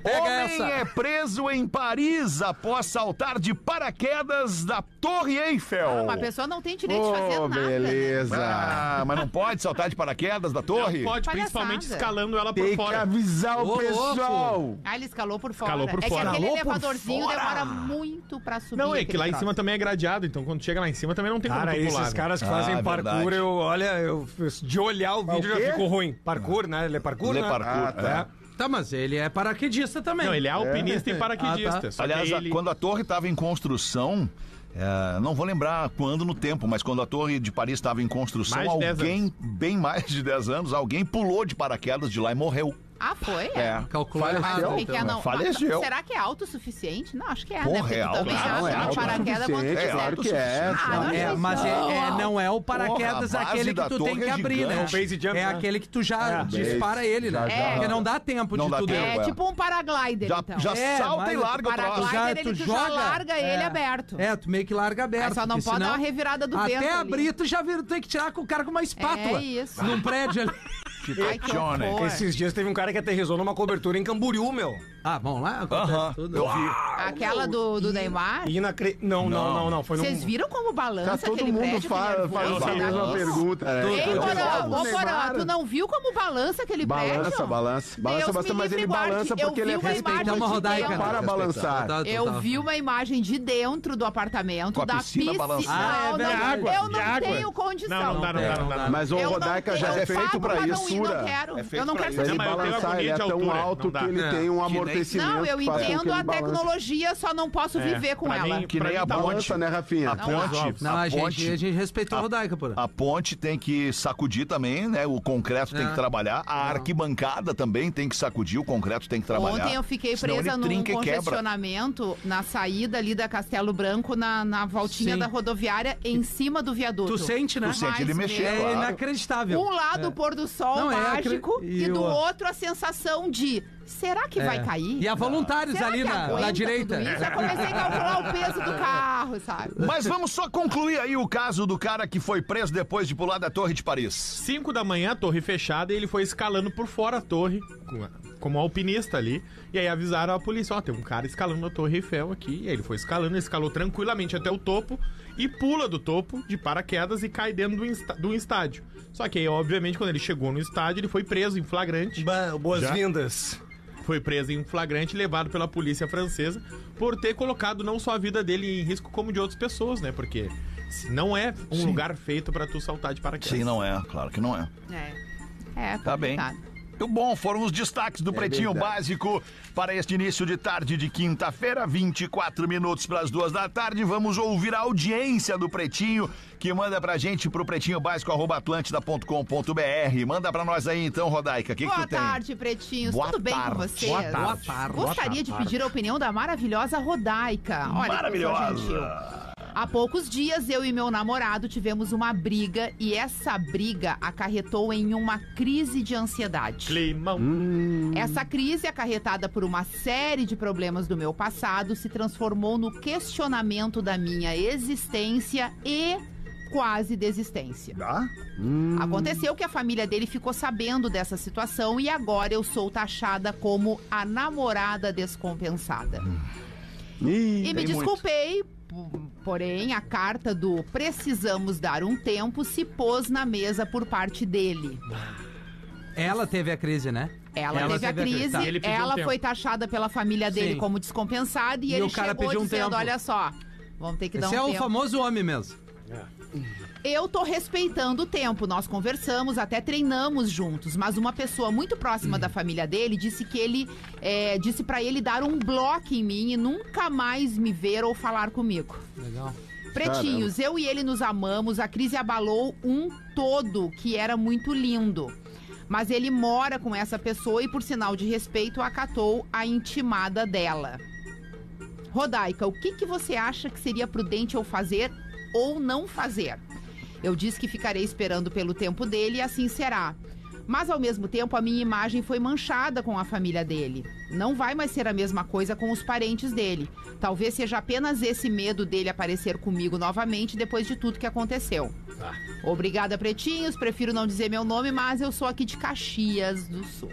Speaker 4: Pega
Speaker 3: Homem
Speaker 4: essa.
Speaker 3: é preso em Paris após saltar de paraquedas da Torre Eiffel.
Speaker 5: Ah, Uma pessoa não tem direito de fazer
Speaker 7: Ô,
Speaker 5: nada. né?
Speaker 7: beleza.
Speaker 3: Ah, mas não pode saltar de paraquedas da torre?
Speaker 6: Pode,
Speaker 5: Palhaçada.
Speaker 6: principalmente escalando ela por
Speaker 7: Tem que
Speaker 6: fora.
Speaker 7: avisar o
Speaker 4: Ô,
Speaker 7: pessoal.
Speaker 5: Ah, ele escalou por fora.
Speaker 6: Escalou por
Speaker 5: é
Speaker 6: fora.
Speaker 5: que aquele
Speaker 4: Escalou por
Speaker 5: elevadorzinho
Speaker 4: fora.
Speaker 5: demora muito pra subir.
Speaker 6: Não, é que
Speaker 5: aquele
Speaker 6: lá em cima
Speaker 5: troço.
Speaker 6: também é gradeado, então quando chega lá em cima também não tem
Speaker 8: Cara,
Speaker 6: como pular.
Speaker 8: esses
Speaker 6: né?
Speaker 8: caras que fazem
Speaker 3: Ah,
Speaker 8: parkour,
Speaker 3: verdade.
Speaker 8: eu, olha, eu, de olhar o vídeo
Speaker 7: quê?
Speaker 8: já ficou ruim. Parkour, né? Ele é parkour,
Speaker 3: Lê
Speaker 8: né?
Speaker 3: parkour, Ah.
Speaker 8: Ah,
Speaker 3: é.
Speaker 8: tá.
Speaker 4: Tá, mas ele é paraquedista também.
Speaker 6: Não, ele é alpinista e paraquedista.
Speaker 4: Ah, tá.
Speaker 6: só que
Speaker 3: Aliás, a-
Speaker 6: ele-
Speaker 3: quando a torre estava em construção, é, não vou lembrar quando no tempo, mas quando a torre de Paris estava em construção,
Speaker 6: Mais de 10
Speaker 3: alguém, bem mais de 10 anos, alguém pulou de paraquedas de lá e morreu.
Speaker 5: Ah, foi?
Speaker 3: É.
Speaker 4: tá. Calculou
Speaker 3: Faleceu.
Speaker 5: Ah,
Speaker 4: errado.
Speaker 5: não, que é,
Speaker 4: então.
Speaker 5: não.
Speaker 3: Faleceu.
Speaker 5: Mas Será que é autossuficiente? Não, acho que é,
Speaker 3: Porra,
Speaker 5: né? Porque
Speaker 3: é
Speaker 5: tu também
Speaker 3: auto-
Speaker 5: já
Speaker 3: não, é
Speaker 5: acha
Speaker 3: auto-
Speaker 5: o paraquedas quando
Speaker 7: suficiente,
Speaker 5: quiser.
Speaker 7: claro que é.
Speaker 5: Ah,
Speaker 7: claro.
Speaker 5: não
Speaker 4: É, mas é, é- não é o paraquedas
Speaker 3: Porra, a base
Speaker 4: aquele que
Speaker 3: da
Speaker 4: tu
Speaker 3: torre
Speaker 4: tem que
Speaker 3: é
Speaker 4: abrir, né?
Speaker 3: gigante.
Speaker 8: É o base jump,
Speaker 4: é
Speaker 8: né?
Speaker 4: aquele que tu já dispara ele, né?
Speaker 7: Já, já.
Speaker 4: Porque não dá tempo
Speaker 3: Não
Speaker 4: de
Speaker 3: dá
Speaker 4: tudo.
Speaker 3: tempo.
Speaker 5: É
Speaker 3: Ué.
Speaker 5: tipo um paraglider,
Speaker 3: Já,
Speaker 5: então.
Speaker 3: já
Speaker 4: É,
Speaker 3: salta
Speaker 4: mas
Speaker 3: e
Speaker 4: o
Speaker 3: larga o troço.
Speaker 5: paraglider, ele tu já larga ele aberto.
Speaker 4: É, tu meio que larga aberto.
Speaker 5: Aí só não
Speaker 4: porque
Speaker 5: pode dar
Speaker 4: senão-
Speaker 5: uma revirada do vento
Speaker 4: Até
Speaker 5: ali.
Speaker 4: abrir, tu já vira, tu tem que tirar com o cara com uma espátula.
Speaker 5: É isso.
Speaker 4: Num prédio ali.
Speaker 5: Ai, que
Speaker 3: Johnny.
Speaker 5: horror.
Speaker 8: Esses dias teve um cara que aterrizou numa cobertura em Camboriú, meu.
Speaker 4: Ah, vamos lá? Acontece tudo. né?
Speaker 5: Aquela do, do Neymar.
Speaker 8: Inacre... Não, não, não, não. Foi um num...
Speaker 5: Vocês viram como balança
Speaker 7: Tá todo
Speaker 5: aquele
Speaker 7: mundo
Speaker 5: prédio?
Speaker 7: fa-
Speaker 5: que nervoso
Speaker 7: fazendo
Speaker 5: dá
Speaker 7: a mesma
Speaker 5: nisso?
Speaker 7: pergunta. né?
Speaker 4: Ei,
Speaker 5: Ei,
Speaker 7: Eu
Speaker 5: Porã,
Speaker 7: digo,
Speaker 5: ô Porã,
Speaker 7: Neymar.
Speaker 5: tu não viu como balança aquele
Speaker 7: Balança,
Speaker 5: prédio?
Speaker 7: balança. Balança
Speaker 5: Deus
Speaker 7: bastante,
Speaker 5: me
Speaker 7: mas ele
Speaker 5: livre, guarde.
Speaker 7: balança
Speaker 5: Eu
Speaker 7: porque ele é
Speaker 5: vi uma
Speaker 7: respeitado.
Speaker 5: imagem
Speaker 4: Respeitar uma
Speaker 5: de
Speaker 4: rodaica.
Speaker 5: dentro.
Speaker 4: né?
Speaker 7: Para
Speaker 4: Respeitar.
Speaker 7: balançar.
Speaker 4: Total,
Speaker 5: Eu
Speaker 4: total.
Speaker 5: vi uma imagem de dentro do apartamento,
Speaker 3: Com a
Speaker 5: da
Speaker 3: piscina
Speaker 5: piscina.
Speaker 3: balançando.
Speaker 4: Ah, é
Speaker 5: Não, não,
Speaker 4: verdade.
Speaker 5: eu não
Speaker 6: E água?
Speaker 5: tenho condição.
Speaker 6: Não, não dá,
Speaker 4: Não
Speaker 6: não dá,
Speaker 4: tem,
Speaker 5: É.
Speaker 6: não dá.
Speaker 4: não dá.
Speaker 7: Mas o
Speaker 5: Eu não
Speaker 7: Rodaica
Speaker 5: tenho,
Speaker 7: já
Speaker 5: eu
Speaker 7: é feito
Speaker 5: pago
Speaker 7: pra
Speaker 5: pra não
Speaker 7: isso.
Speaker 5: ir.
Speaker 7: altura.
Speaker 5: não quero.
Speaker 3: É feito
Speaker 5: eu não
Speaker 3: pra
Speaker 5: quero
Speaker 3: isso.
Speaker 5: ser
Speaker 7: Ele
Speaker 6: Mas eu tenho
Speaker 7: balançar,
Speaker 6: agonia
Speaker 7: ele é
Speaker 6: de
Speaker 7: tão
Speaker 6: altura, não
Speaker 7: alto
Speaker 6: dá.
Speaker 7: que ele
Speaker 8: É.
Speaker 7: tem um
Speaker 3: Que nem-
Speaker 7: amortecimento.
Speaker 5: Não, eu
Speaker 7: que faz com que
Speaker 5: entendo
Speaker 7: ele
Speaker 5: a
Speaker 7: balance.
Speaker 5: tecnologia, só não posso
Speaker 6: É,
Speaker 5: viver com
Speaker 6: pra
Speaker 5: ela.
Speaker 6: mim-
Speaker 7: Que
Speaker 6: pra
Speaker 7: nem
Speaker 6: mim
Speaker 7: a
Speaker 6: tá
Speaker 7: balança,
Speaker 6: ótimo.
Speaker 7: né, Rafinha?
Speaker 3: A ponte.
Speaker 4: Não, a, gente,
Speaker 3: ponte-
Speaker 4: a gente respeitou a Rodaica, porra.
Speaker 3: A ponte tem que sacudir também, né? O concreto tem
Speaker 4: É.
Speaker 5: Ah.
Speaker 3: que trabalhar. A arquibancada também tem que sacudir. O concreto tem que trabalhar.
Speaker 5: Ontem eu fiquei
Speaker 3: Senão ele
Speaker 5: presa num
Speaker 3: trinca e quebra.
Speaker 5: congestionamento na saída ali da Castelo Branco, na, na voltinha
Speaker 4: Sim.
Speaker 5: da rodoviária, em cima do viaduto.
Speaker 4: Tu sente, né?
Speaker 3: Tu sente ele
Speaker 5: Mais
Speaker 3: mexer,
Speaker 5: mesmo.
Speaker 4: É
Speaker 3: claro.
Speaker 4: inacreditável.
Speaker 5: Um lado o pôr do sol
Speaker 4: Não, é a
Speaker 5: mágico
Speaker 4: cre-
Speaker 5: e,
Speaker 4: e
Speaker 5: do
Speaker 4: o-
Speaker 5: outro a sensação de será que vai
Speaker 4: É.
Speaker 5: cair?
Speaker 4: E há voluntários
Speaker 5: Será
Speaker 4: ali
Speaker 5: que
Speaker 4: na,
Speaker 5: aguenta
Speaker 4: na
Speaker 5: tudo
Speaker 4: direita. É.
Speaker 5: Isso? Eu comecei a calcular o peso do carro, sabe?
Speaker 3: Mas vamos só concluir aí o caso do cara que foi preso depois de pular da Torre de Paris.
Speaker 6: 5 da manhã, a torre fechada, e ele foi escalando por fora a torre, com a- como alpinista ali. E aí avisaram a polícia: ó, tem um cara escalando a Torre Eiffel aqui. E aí ele foi escalando, escalou tranquilamente até o topo e pula do topo de paraquedas e cai dentro do, insta- do estádio. Só que aí, obviamente, quando ele chegou no estádio, ele foi preso em flagrante.
Speaker 8: Ba- Boas-vindas.
Speaker 6: Foi preso em flagrante e levado pela polícia francesa por ter colocado não só a vida dele em risco, como de outras pessoas, né? Porque se- não é um lugar feito pra tu saltar de paraquedas.
Speaker 3: Sim, não é. Claro que não é.
Speaker 5: É, é
Speaker 3: Tá bem.
Speaker 5: complicado.
Speaker 3: Muito bom, foram os destaques
Speaker 7: É
Speaker 3: do Pretinho Básico para este início de tarde de quinta-feira, 24 minutos para as duas da tarde. Vamos ouvir a audiência do Pretinho, que manda pra gente pro pretinhobásico.atlântida.com.br. Manda pra nós aí então, Rodaica, o que, que
Speaker 5: Boa
Speaker 3: tu tem?
Speaker 5: tarde, pretinhos.
Speaker 3: Boa
Speaker 5: Tudo bem
Speaker 3: tarde.
Speaker 5: com vocês?
Speaker 3: Boa tarde.
Speaker 5: Gostaria de pedir a opinião da maravilhosa Rodaica. Olha,
Speaker 3: Maravilhosa.
Speaker 5: que eu sou gentil. Há poucos dias, eu e meu namorado tivemos uma briga e essa briga acarretou em uma crise de ansiedade.
Speaker 6: Climão.
Speaker 5: Essa crise, acarretada por uma série de problemas do meu passado, se transformou no questionamento da minha existência e quase desistência.
Speaker 3: Dá?
Speaker 5: Aconteceu que a família dele ficou sabendo dessa situação e agora eu sou taxada como a namorada descompensada. E
Speaker 7: Ih,
Speaker 5: me
Speaker 7: Hum. tem muito.
Speaker 5: desculpei, p- porém a carta do precisamos dar um tempo se pôs na mesa por parte dele.
Speaker 4: Ela teve a crise, né?
Speaker 5: Ela, teve a crise,
Speaker 4: Tá.
Speaker 6: Ele pediu um
Speaker 5: ela
Speaker 6: tempo.
Speaker 5: foi taxada pela família dele
Speaker 4: Sim.
Speaker 5: como descompensada e,
Speaker 4: E
Speaker 5: ele
Speaker 4: o cara
Speaker 5: chegou
Speaker 4: pediu um
Speaker 5: dizendo,
Speaker 4: tempo.
Speaker 5: olha só, vamos ter que dar
Speaker 4: Esse é o
Speaker 5: um tempo.
Speaker 4: famoso homem mesmo.
Speaker 5: Eu tô respeitando o tempo, nós conversamos, até treinamos juntos, mas uma pessoa muito próxima da família dele disse que ele é, disse pra ele dar um bloco em mim e nunca mais me ver ou falar comigo.
Speaker 4: Legal.
Speaker 5: Pretinhos, eu e ele nos amamos, a crise abalou um todo que era muito lindo. Mas ele mora com essa pessoa e, por sinal de respeito, acatou a intimada dela. Rodaica, o que, que você acha que seria prudente eu fazer ou não fazer? Eu disse que ficarei esperando pelo tempo dele e assim será. Mas ao mesmo tempo, a minha imagem foi manchada com a família dele. Não vai mais ser a mesma coisa com os parentes dele. Talvez seja apenas esse medo dele aparecer comigo novamente depois de tudo que aconteceu. Obrigada, pretinhos. Prefiro não dizer meu nome, mas eu sou aqui de Caxias do Sul.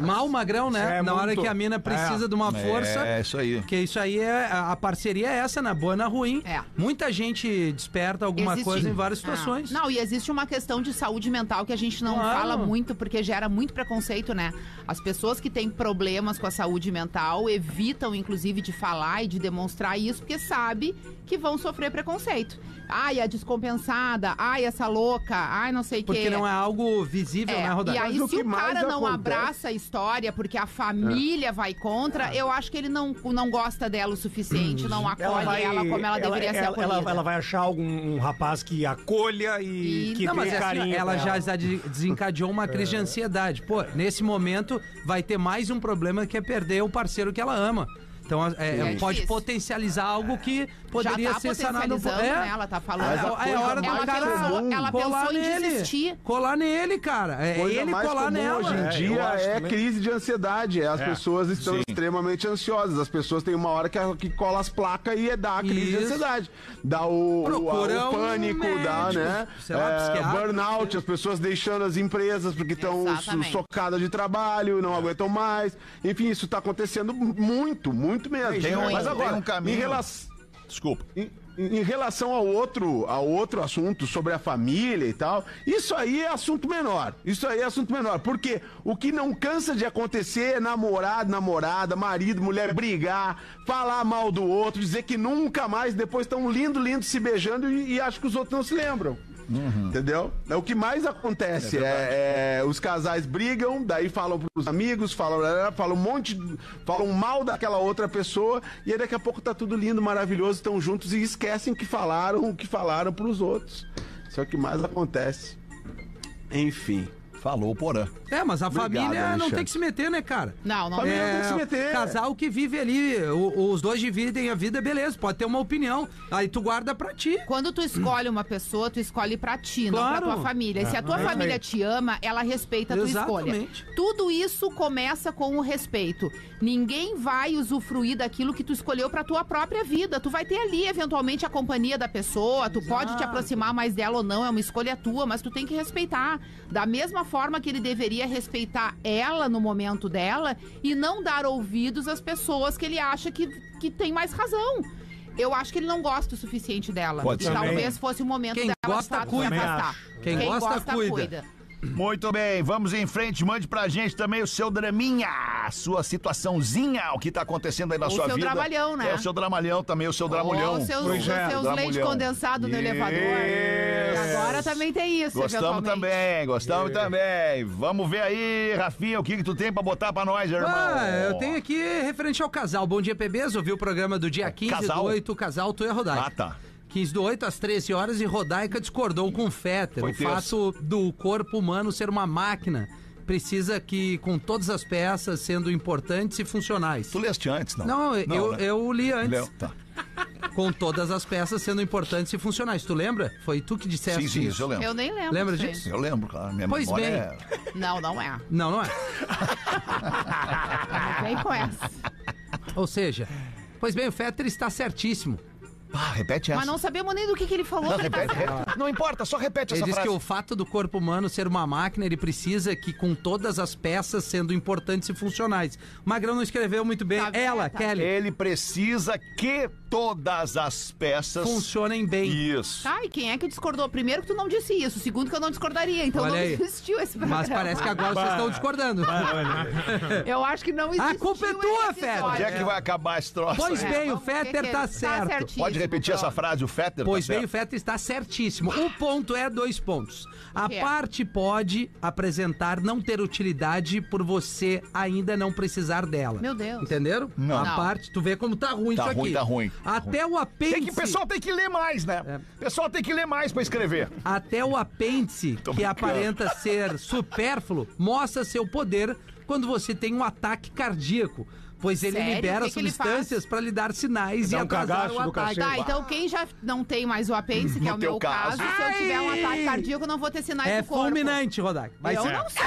Speaker 4: Mal magrão, né?
Speaker 8: É
Speaker 4: na hora
Speaker 8: muito.
Speaker 4: que a mina precisa de uma força.
Speaker 3: É, isso aí.
Speaker 4: Porque isso aí é. A a parceria é essa, na boa, na ruim.
Speaker 5: É.
Speaker 4: Muita gente desperta alguma
Speaker 5: Existe-
Speaker 4: coisa em várias
Speaker 5: Ah,
Speaker 4: situações.
Speaker 5: Não, e existe uma questão de saúde mental que a gente não
Speaker 4: Claro.
Speaker 5: fala muito, porque gera muito preconceito, né? As pessoas que têm problemas com a saúde mental evitam, inclusive, de falar e de demonstrar isso, porque sabe que vão sofrer preconceito. Ai, a descompensada, ai, essa louca, ai, não sei o
Speaker 4: Porque
Speaker 5: quê.
Speaker 4: não é algo visível,
Speaker 5: É,
Speaker 4: né,
Speaker 5: e
Speaker 4: Rodaica?
Speaker 5: aí,
Speaker 7: Mas o
Speaker 5: se
Speaker 7: que
Speaker 5: o cara
Speaker 7: mais
Speaker 5: não
Speaker 7: acontece-
Speaker 5: abraça a história porque a família vai contra, eu acho que ele não, não gosta dela o suficiente, não acolhe ela, como ela, deveria ser
Speaker 8: ela,
Speaker 5: acolhida.
Speaker 8: ela- ela vai achar algum um rapaz que acolha e,
Speaker 5: E-
Speaker 8: que
Speaker 4: Não,
Speaker 8: dê
Speaker 4: mas é assim,
Speaker 8: carinho.
Speaker 4: ela
Speaker 8: pra
Speaker 4: já desa- desencadeou uma
Speaker 7: É.
Speaker 4: crise de ansiedade. Pô, nesse momento vai ter mais um problema que é perder o parceiro que ela ama. Então é, é,
Speaker 5: É
Speaker 4: pode
Speaker 5: difícil.
Speaker 4: potencializar algo que poderia
Speaker 5: Já tá
Speaker 4: ser sanado
Speaker 5: potencializando, né? Ela tá falando.
Speaker 4: É, é
Speaker 5: Ela
Speaker 4: hora do cara
Speaker 5: pensou- ela
Speaker 4: colar
Speaker 5: pensou em
Speaker 4: nele.
Speaker 5: desistir.
Speaker 4: Colar nele, cara. É
Speaker 7: Coisa
Speaker 4: ele
Speaker 7: mais
Speaker 4: colar
Speaker 7: comum
Speaker 4: nela.
Speaker 7: Hoje em
Speaker 8: É, eu
Speaker 7: dia
Speaker 8: acho
Speaker 7: é
Speaker 8: também.
Speaker 7: crise de ansiedade. é, As
Speaker 6: É.
Speaker 7: pessoas estão extremamente ansiosas. As pessoas têm uma hora que, que cola as placas e é- dá a crise de
Speaker 4: Isso.
Speaker 7: ansiedade. Dá o, o,
Speaker 4: Procura
Speaker 7: a- o
Speaker 4: um
Speaker 7: pânico, dá,
Speaker 4: médico,
Speaker 7: né?
Speaker 4: sei lá, psiquiatra,
Speaker 7: burnout, as pessoas deixando as empresas porque estão
Speaker 5: Exatamente.
Speaker 7: socadas de trabalho,
Speaker 4: É.
Speaker 7: não aguentam mais. Enfim, isso está acontecendo muito, muito mesmo.
Speaker 3: Tem um-
Speaker 7: Mas
Speaker 3: tem
Speaker 7: agora,
Speaker 3: um caminho.
Speaker 7: em relação.
Speaker 3: Desculpa.
Speaker 7: Em, em relação ao outro, ao outro assunto sobre a família e tal, isso aí é assunto menor. Isso aí é assunto menor. Porque o que não cansa de acontecer é namorado, namorada, marido, mulher brigar, falar mal do outro, dizer que nunca mais, depois estão lindo, lindo se beijando e, e acho que os outros não se lembram. Entendeu? É o que mais acontece. É, é, os casais brigam, daí falam pros amigos, falam, falam um monte, falam mal daquela outra pessoa, e aí daqui a pouco tá tudo lindo, maravilhoso, estão juntos e esquecem que falaram o que falaram pros outros. Isso é o que mais acontece. Enfim.
Speaker 3: Falou, Porã.
Speaker 4: É, mas a
Speaker 7: Obrigado,
Speaker 4: família não
Speaker 7: Alexandre.
Speaker 4: tem que se meter, né, cara? É
Speaker 5: Não, não.
Speaker 7: Família não tem que se meter.
Speaker 4: Casal que vive ali, o- os dois dividem a vida, beleza, pode ter uma opinião. Aí tu guarda pra ti.
Speaker 5: Quando tu escolhe uma pessoa, tu escolhe pra ti, não
Speaker 4: Claro. Ah, é
Speaker 5: pra tua família. E se a tua família te ama, ela respeita a tua
Speaker 4: Exatamente.
Speaker 5: escolha. Tudo isso começa com o respeito. Ninguém vai usufruir daquilo que tu escolheu pra tua própria vida. Tu vai ter ali, eventualmente, a companhia da pessoa, tu pode te aproximar mais dela ou não, é uma escolha tua, mas tu tem que respeitar. Da mesma forma que ele deveria respeitar ela no momento dela e não dar ouvidos às pessoas que ele acha que, que tem mais razão. Eu acho que ele não gosta o suficiente dela.
Speaker 3: Pode
Speaker 5: e
Speaker 3: ser.
Speaker 5: talvez fosse o momento
Speaker 4: Quem
Speaker 5: dela de
Speaker 4: gosta,
Speaker 5: fato,
Speaker 4: cuida.
Speaker 5: se afastar.
Speaker 4: Quem gosta, cuida.
Speaker 3: Muito bem, vamos em frente. Mande pra gente também o seu draminha, a sua situaçãozinha, o que tá acontecendo aí na
Speaker 5: Ou
Speaker 3: sua
Speaker 5: seu
Speaker 3: vida.
Speaker 5: dramalhão, né?
Speaker 3: É o seu dramalhão também, o seu dramulhão.
Speaker 5: Ou seus,
Speaker 8: Pois é,
Speaker 5: seus
Speaker 3: dá
Speaker 5: leite
Speaker 3: mulhão.
Speaker 5: condensado no elevador. E agora também tem isso,
Speaker 3: Gostamos
Speaker 5: eventualmente.
Speaker 3: também,
Speaker 4: É.
Speaker 3: gostamos também. Vamos ver aí, Rafinha, o que, que tu tem pra botar pra nós, irmão?
Speaker 4: Ah, eu tenho aqui referente ao casal. Bom dia, PBs. Ouvi o programa do dia 15
Speaker 3: casal?
Speaker 4: do 8, o casal Tu e a Rodaica.
Speaker 3: Ah, tá.
Speaker 4: 15 do 8 às 13 horas e Rodaica discordou com Fetter.
Speaker 3: Foi
Speaker 4: O fato do corpo humano ser uma máquina precisa que, com todas as peças sendo importantes e funcionais.
Speaker 3: Tu leste antes, não?
Speaker 4: Não, eu,
Speaker 3: né?
Speaker 4: eu li antes.
Speaker 3: Leu, tá.
Speaker 4: Com todas as peças sendo importantes e funcionais. Tu lembra? Foi tu que disseste
Speaker 3: Sim, sim, isso eu lembro.
Speaker 5: Eu nem lembro.
Speaker 4: Lembra
Speaker 5: sei.
Speaker 4: disso?
Speaker 3: Eu lembro, claro. Minha
Speaker 4: Pois
Speaker 3: memória
Speaker 4: bem.
Speaker 3: é-
Speaker 5: Não, não é.
Speaker 4: Não, não é.
Speaker 5: Não Vem com essa.
Speaker 4: Ou seja, pois bem, o Fetter está certíssimo.
Speaker 3: Pá, Ah, repete essa.
Speaker 5: Mas não sabemos nem do que, que ele falou. né?
Speaker 3: Não,
Speaker 5: pra
Speaker 3: repete,
Speaker 5: fazer.
Speaker 3: repete. Não importa, só repete
Speaker 4: Ele
Speaker 3: essa
Speaker 4: diz
Speaker 3: frase.
Speaker 4: que o fato do corpo humano ser uma máquina, ele precisa que com todas as peças sendo importantes e funcionais. Magrão não escreveu muito bem.
Speaker 5: Tá
Speaker 4: Ela,
Speaker 5: certa.
Speaker 4: Kelly,
Speaker 3: Ele precisa que todas as peças
Speaker 4: funcionem bem.
Speaker 3: Isso.
Speaker 5: Tá, e quem é que discordou? Primeiro que tu não disse isso. Segundo que eu não discordaria. Então
Speaker 4: Olha
Speaker 5: não
Speaker 4: aí.
Speaker 5: existiu esse programa.
Speaker 4: Mas parece que agora vocês estão discordando.
Speaker 3: tá
Speaker 5: Eu acho que não existiu
Speaker 4: A culpa é tua,
Speaker 5: esse
Speaker 4: Fera.
Speaker 5: episódio.
Speaker 3: Onde é que vai acabar esse troço?
Speaker 4: Pois
Speaker 3: aí?
Speaker 5: É,
Speaker 4: bem, o
Speaker 5: vamos ver
Speaker 4: Fetter
Speaker 5: que-
Speaker 4: tá
Speaker 5: tá
Speaker 4: certo.
Speaker 5: certíssimo.
Speaker 3: Pode repetir
Speaker 5: Pronto.
Speaker 3: essa frase, o Fetter?
Speaker 4: Pois
Speaker 3: tá
Speaker 4: bem, o
Speaker 3: certo?
Speaker 4: Fetter está certíssimo. O ponto é dois pontos. A
Speaker 5: que é?
Speaker 4: parte pode apresentar não ter utilidade por você ainda não precisar dela.
Speaker 5: Meu Deus.
Speaker 4: Entenderam?
Speaker 3: Não.
Speaker 4: A
Speaker 5: Não.
Speaker 4: parte, tu vê como tá ruim
Speaker 3: Tá
Speaker 4: isso aqui.
Speaker 3: ruim, tá ruim.
Speaker 4: Até o apêndice.
Speaker 3: Tem que, o pessoal tem que ler mais, né? O pessoal tem que ler mais pra escrever.
Speaker 4: Até o apêndice,
Speaker 3: Tô
Speaker 4: que
Speaker 3: brincando.
Speaker 4: aparenta ser supérfluo, mostra seu poder quando você tem um ataque cardíaco, pois ele
Speaker 5: Sério?
Speaker 4: libera
Speaker 5: O que que ele
Speaker 4: substâncias para lhe dar sinais e
Speaker 8: dá um
Speaker 4: atrasar
Speaker 8: cagaço
Speaker 4: o
Speaker 8: do
Speaker 4: ataque.
Speaker 8: cacete.
Speaker 5: Tá, então quem já não tem mais o apêndice, que é o
Speaker 3: teu
Speaker 5: meu
Speaker 3: caso.
Speaker 5: caso, se eu tiver um ataque
Speaker 4: Ai!
Speaker 5: cardíaco, eu não vou ter sinais
Speaker 4: É
Speaker 5: do corpo.
Speaker 4: fulminante, Rodak. Vai
Speaker 5: eu
Speaker 4: ser.
Speaker 5: não sei.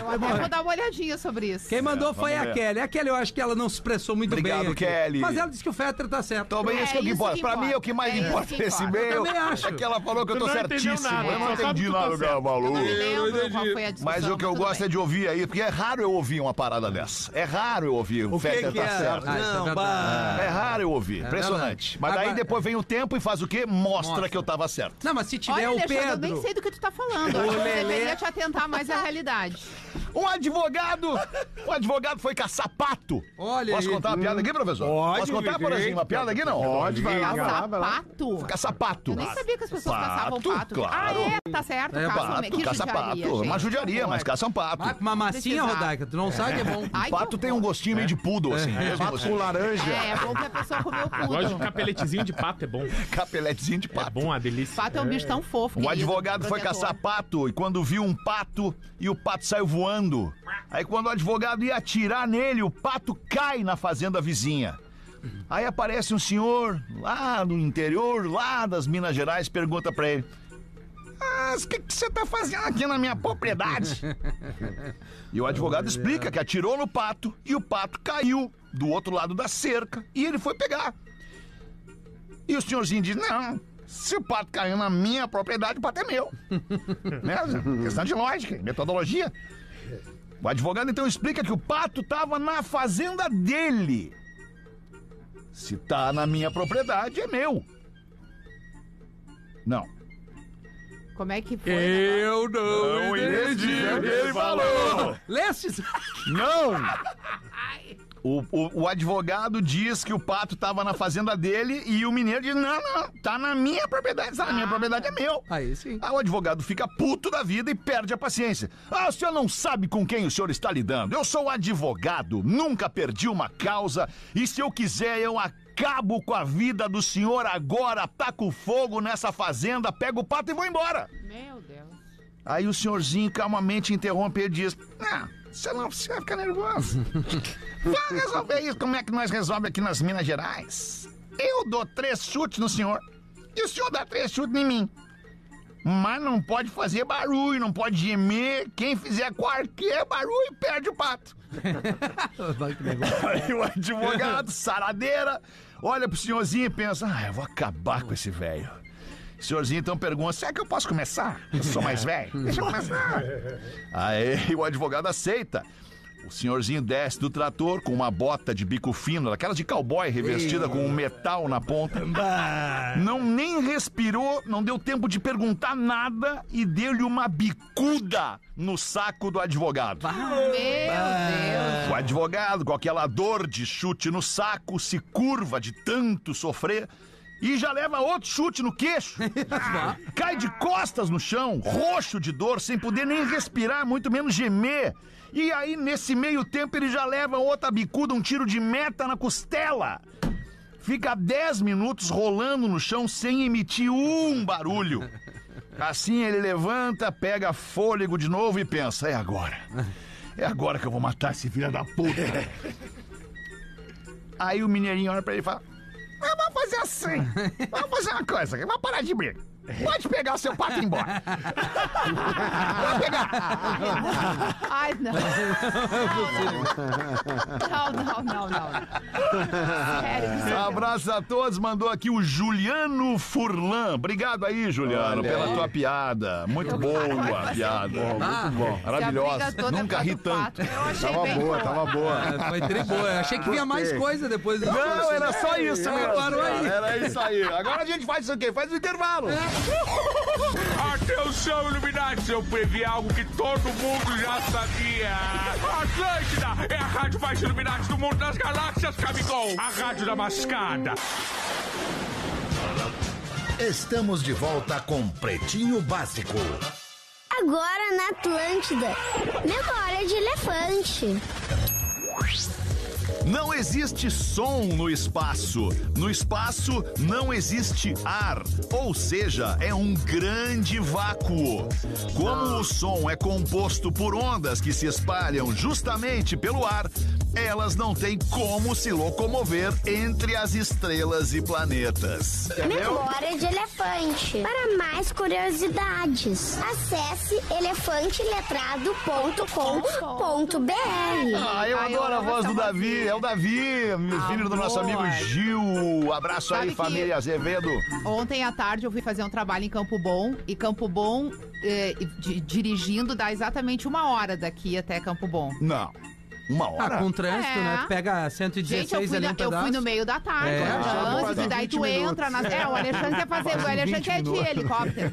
Speaker 5: Eu até vou dar uma olhadinha sobre isso.
Speaker 4: Quem mandou foi a
Speaker 3: ver.
Speaker 4: Kelly. A Kelly eu acho que ela não se expressou muito
Speaker 3: Obrigado,
Speaker 4: bem. aqui.
Speaker 3: Kelly.
Speaker 4: Mas ela disse que o Fetter tá certo.
Speaker 3: Então, bem,
Speaker 5: É
Speaker 3: isso que é o que
Speaker 5: isso
Speaker 3: importa.
Speaker 5: que
Speaker 3: Pra
Speaker 5: importa.
Speaker 3: mim é o que mais
Speaker 5: É isso
Speaker 3: importa
Speaker 5: que
Speaker 3: nesse
Speaker 5: importa.
Speaker 3: e-mail.
Speaker 4: Eu também acho.
Speaker 3: É que ela falou que eu
Speaker 6: Tu
Speaker 3: tô
Speaker 6: não entendeu
Speaker 3: certíssimo.
Speaker 6: nada,
Speaker 3: Eu não
Speaker 6: só sabe
Speaker 3: entendi
Speaker 6: que tu tá
Speaker 3: nada, meu
Speaker 6: certo.
Speaker 5: Eu
Speaker 3: maluco.
Speaker 5: não lembro qual foi a discussão.
Speaker 3: Mas o que eu
Speaker 5: tudo
Speaker 3: gosto
Speaker 5: bem.
Speaker 3: é de ouvir aí, porque é raro eu ouvir uma parada dessa. É raro eu ouvir o,
Speaker 8: O que,
Speaker 3: Fetter
Speaker 8: que
Speaker 3: tá
Speaker 8: é?
Speaker 3: certo.
Speaker 4: Ah, isso é
Speaker 8: Não,
Speaker 4: verdade.
Speaker 8: bah.
Speaker 3: É raro eu ouvir, impressionante.
Speaker 4: verdade.
Speaker 3: Mas daí
Speaker 4: Agora-
Speaker 3: depois vem o tempo e faz o quê? Mostra,
Speaker 4: Mostra.
Speaker 3: que eu tava certo.
Speaker 4: Não, mas se tiver
Speaker 5: Olha,
Speaker 4: o
Speaker 5: Alexandre, eu nem
Speaker 4: Pedro.
Speaker 5: sei do que tu tá falando. Acho que você
Speaker 8: Lelê-
Speaker 5: deveria te atentar mais à realidade.
Speaker 3: Um advogado, um advogado foi caçapato.
Speaker 4: Olha
Speaker 3: Posso
Speaker 4: aí.
Speaker 3: contar uma piada aqui, professor?
Speaker 8: Pode,
Speaker 3: Posso contar,
Speaker 8: direito.
Speaker 3: Porazinho, uma piada aqui? Não.
Speaker 8: Pode, vai lá, vai lá, vai lá.
Speaker 5: Sapato.
Speaker 3: Caçapato.
Speaker 5: Eu nem sabia que as pessoas
Speaker 3: Pato,
Speaker 5: caçavam pato.
Speaker 3: claro.
Speaker 5: Ah, é? Tá certo,
Speaker 4: É,
Speaker 5: caçam-
Speaker 3: Pato,
Speaker 5: que judiaria,
Speaker 3: caça-pato.
Speaker 5: gente.
Speaker 3: Uma judiaria, mas caça um pato.
Speaker 4: Vai com uma massinha,
Speaker 5: Precisar.
Speaker 4: Rodaica. Tu não sabe que é bom.
Speaker 5: Ai, que
Speaker 3: Pato tem um
Speaker 5: horror.
Speaker 3: gostinho meio de poodle, assim. Mesmo
Speaker 7: Pato com
Speaker 3: gostinho.
Speaker 7: laranja.
Speaker 5: É, é bom que a pessoa comeu o
Speaker 6: Gosto de um
Speaker 5: puto.
Speaker 6: capeletezinho de pato, é bom.
Speaker 3: Capeletezinho de
Speaker 6: É
Speaker 3: pato.
Speaker 6: bom, a delícia.
Speaker 5: Pato é um bicho tão fofo.
Speaker 3: Um
Speaker 5: querido,
Speaker 3: advogado foi
Speaker 5: protetor.
Speaker 3: caçar pato e quando viu um pato e o pato saiu voando. Aí quando o advogado ia atirar nele, o pato cai na fazenda vizinha. Aí aparece um senhor lá no interior, lá das Minas Gerais, pergunta pra ele: "Ah, o que que você tá fazendo aqui na minha propriedade?" E o advogado explica que atirou no pato e o pato caiu do outro lado da cerca e ele foi pegar. E o senhorzinho diz: Não, se o pato caiu na minha propriedade, o pato é meu. né? Questão de lógica, metodologia. O advogado então explica que o pato estava na fazenda dele. Se tá na minha propriedade, é meu. Não.
Speaker 5: Como é que foi? né?
Speaker 4: Eu não entendi.
Speaker 3: Ele falou!
Speaker 4: Lestes?
Speaker 3: Não! O, o, o advogado diz que o pato tava na fazenda dele e o mineiro diz: não, não, tá na minha propriedade, tá na minha propriedade é meu.
Speaker 4: Aí sim.
Speaker 3: Aí o advogado fica puto da vida e perde a paciência. Ah, o senhor não sabe com quem o senhor está lidando. Eu sou advogado, nunca perdi uma causa e se eu quiser eu acabo com a vida do senhor agora, taco fogo nessa fazenda, pego o pato e vou embora.
Speaker 5: Meu Deus.
Speaker 3: Aí o senhorzinho calmamente interrompe e diz: Ah, você não precisa ficar nervoso. Vamos resolver isso. Como é que nós resolve aqui nas Minas Gerais? Eu dou três chutes no senhor e o senhor dá três chutes em mim. Mas não pode fazer barulho, não pode gemer. Quem fizer qualquer barulho perde o pato.
Speaker 4: Vai que negócio.
Speaker 3: Aí o advogado, saradeira, olha pro senhorzinho e pensa: Ah, eu vou acabar com esse velho. O senhorzinho então pergunta: será que eu posso começar? Eu sou mais velho. Deixa eu começar. Aí o advogado aceita. O senhorzinho desce do trator com uma bota de bico fino, daquelas de cowboy revestida com um metal na ponta. Não nem respirou, não deu tempo de perguntar nada e deu-lhe uma bicuda no saco do advogado.
Speaker 5: Meu Deus.
Speaker 3: O advogado, com aquela dor de chute no saco, se curva de tanto sofrer e já leva outro chute no queixo. Cai de costas no chão, roxo de dor, sem poder nem respirar, muito menos gemer. E aí, nesse meio tempo, ele já leva outra bicuda, um tiro de meta na costela. Fica 10 minutos rolando no chão sem emitir um barulho. Assim ele levanta, pega fôlego de novo e pensa: é agora. É agora que eu vou matar esse filho da puta. Aí o mineirinho olha pra ele e fala: "Ah, Vamos fazer assim. Vamos fazer uma coisa. Vamos parar de briga. Pode pegar o seu pato e ir embora. Pode pegar.
Speaker 5: Ai, não.
Speaker 3: é
Speaker 5: Não, não, não, não. não. Sério, isso é
Speaker 3: Abraço a todos. Mandou aqui o Juliano Furlan. Obrigado aí, Juliano, pela tua piada. Muito boa a piada.
Speaker 4: Ah,
Speaker 5: Se a
Speaker 3: Maravilhosa.
Speaker 5: briga toda
Speaker 3: Nunca
Speaker 5: é
Speaker 3: ri
Speaker 5: do pato.
Speaker 3: tanto.
Speaker 5: Eu achei
Speaker 7: Tava
Speaker 5: bem
Speaker 7: boa,
Speaker 5: bom.
Speaker 7: tava boa.
Speaker 4: foi tri boa. Eu achei que vinha mais coisa depois. do
Speaker 3: Não,
Speaker 4: discurso.
Speaker 3: era só isso
Speaker 4: Ah,
Speaker 3: mesmo.
Speaker 4: parou aí.
Speaker 3: Era isso aí. Agora a gente faz isso aqui, faz o intervalo.
Speaker 2: Atenção, Illuminati, eu previ algo que todo mundo já sabia. Atlântida é a rádio mais Illuminati do mundo das galáxias, Camigol. A rádio da mascada.
Speaker 1: Estamos de volta
Speaker 3: um
Speaker 1: com Pretinho Básico.
Speaker 9: Agora na Atlântida. Memória de elefante.
Speaker 3: Não existe som no espaço. No espaço não existe ar. Ou seja, é um grande vácuo. Como o som é composto por ondas que se espalham justamente pelo ar, elas não têm como se locomover entre as estrelas e planetas.
Speaker 9: Memória de elefante. Para mais curiosidades, acesse elefanteletrado.com.br.
Speaker 3: Ah, eu
Speaker 5: Ai, eu
Speaker 3: adoro a
Speaker 5: amo
Speaker 3: voz
Speaker 5: essa
Speaker 3: do Davi.
Speaker 5: vozinha.
Speaker 3: É o Davi, meu filho do nosso amigo
Speaker 5: Amor.
Speaker 3: Gil. Abraço
Speaker 5: Sabe
Speaker 3: aí,
Speaker 5: que-
Speaker 3: família Azevedo.
Speaker 5: Ontem à tarde eu fui fazer um trabalho em Campo Bom e Campo Bom eh, di- dirigindo dá exatamente uma hora daqui até Campo Bom.
Speaker 3: Não. Uma
Speaker 4: Ah,
Speaker 3: hora.
Speaker 4: com trânsito,
Speaker 5: É.
Speaker 4: né? Tu pega
Speaker 5: Gente, eu
Speaker 4: 116
Speaker 5: fui,
Speaker 4: ali
Speaker 5: na-
Speaker 4: um
Speaker 5: eu
Speaker 4: pedaço.
Speaker 5: fui no meio da tarde,
Speaker 4: É,
Speaker 5: no
Speaker 4: acho
Speaker 7: que
Speaker 5: trânsito,
Speaker 7: quase
Speaker 5: e daí
Speaker 7: 20
Speaker 5: tu entra na. É, o Alexandre quer fazer. O Alexandre é de
Speaker 7: 20
Speaker 5: helicóptero.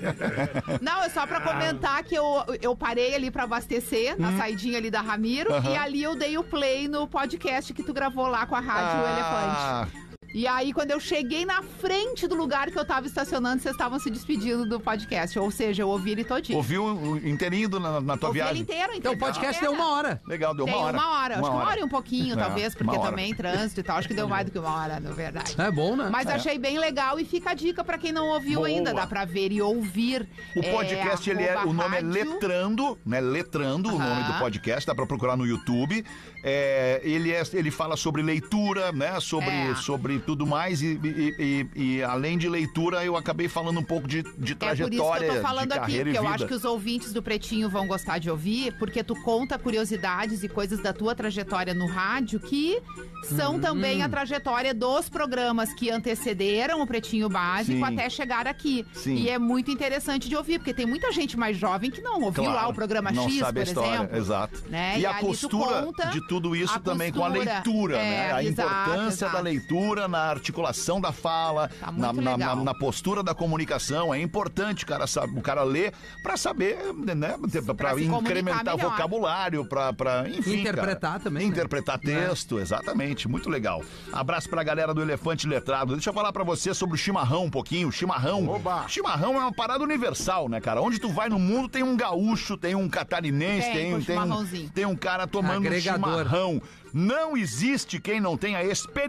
Speaker 5: Não, é só pra comentar que eu, eu parei ali pra abastecer na saidinha ali da Ramiro e ali eu dei o play no podcast que tu gravou lá com a é Rádio Elefante.
Speaker 3: Ah,
Speaker 5: E aí, quando eu cheguei na frente do lugar que eu tava estacionando, vocês estavam se despedindo do podcast. Ou seja, eu ouvi ele todinho.
Speaker 3: Ouviu o inteirinho do- na, na tua
Speaker 5: ouvi ele
Speaker 3: viagem?
Speaker 5: inteiro,
Speaker 4: Então
Speaker 5: então.
Speaker 4: o podcast deu uma hora.
Speaker 3: Legal, deu
Speaker 5: Tem
Speaker 3: uma hora.
Speaker 5: uma hora, acho que uma hora e um pouquinho,
Speaker 3: É,
Speaker 5: talvez, porque
Speaker 3: uma hora.
Speaker 5: também trânsito e tal. Acho que deu mais do que uma hora, na verdade.
Speaker 4: É bom, né?
Speaker 5: Mas achei bem legal e fica a dica pra quem não ouviu
Speaker 3: Ah, tá. Boa.
Speaker 5: ainda. Dá pra ver e ouvir.
Speaker 3: O podcast, ele é,
Speaker 5: arroba
Speaker 3: o nome é
Speaker 5: rádio-
Speaker 3: Letrando, né? Letrando, o nome
Speaker 5: Aham.
Speaker 3: do podcast, dá pra procurar no YouTube. É, ele, é, ele fala sobre leitura, né? Sobre,
Speaker 5: É.
Speaker 3: sobre tudo mais. E, e- e- e além de leitura, eu acabei falando um pouco de, de
Speaker 5: É por isso que
Speaker 3: trajetória,
Speaker 5: eu tô falando
Speaker 3: de
Speaker 5: aqui,
Speaker 3: carreira
Speaker 5: porque
Speaker 3: e
Speaker 5: eu
Speaker 3: vida.
Speaker 5: acho que os ouvintes do Pretinho vão gostar de ouvir, porque tu conta curiosidades e coisas da tua trajetória no rádio que são
Speaker 3: Hum.
Speaker 5: também a trajetória dos programas que antecederam o Pretinho Básico
Speaker 3: Sim.
Speaker 5: até chegar aqui.
Speaker 3: Sim.
Speaker 5: E é muito interessante de ouvir, porque tem muita gente mais jovem que não ouviu
Speaker 3: Claro,
Speaker 5: lá o programa
Speaker 3: não
Speaker 5: X,
Speaker 3: sabe
Speaker 5: por
Speaker 3: a história,
Speaker 5: exemplo.
Speaker 3: Exato.
Speaker 5: né?
Speaker 3: E,
Speaker 5: E
Speaker 3: a
Speaker 5: ali tu
Speaker 3: postura
Speaker 5: conta
Speaker 3: de tudo isso
Speaker 5: a
Speaker 3: também, com a
Speaker 5: postura.
Speaker 3: leitura,
Speaker 5: É,
Speaker 3: né? A
Speaker 5: exato,
Speaker 3: importância da
Speaker 5: exato.
Speaker 3: leitura na articulação da fala,
Speaker 5: Tá muito
Speaker 3: na, na-
Speaker 5: legal.
Speaker 3: na- na postura da comunicação. É importante o cara, sabe, o cara ler pra saber, né? Pra,
Speaker 5: se comunicar
Speaker 3: incrementar
Speaker 5: melhor.
Speaker 3: vocabulário, pra, pra enfim.
Speaker 4: Interpretar
Speaker 3: cara.
Speaker 4: também, né?
Speaker 3: Interpretar texto, exatamente. Muito legal. Abraço pra galera do Elefante Letrado. Deixa eu falar pra você sobre o chimarrão um pouquinho. Chimarrão.
Speaker 7: Oba!
Speaker 3: Chimarrão é uma parada universal, né, cara? Onde tu vai no mundo tem um gaúcho, tem um catarinense,
Speaker 5: Tem,
Speaker 3: tem,
Speaker 5: com
Speaker 3: tem, tem,
Speaker 5: chimarrãozinho.
Speaker 3: um cara tomando
Speaker 4: Agregador.
Speaker 3: chimarrão chimarrão. Não existe quem não tenha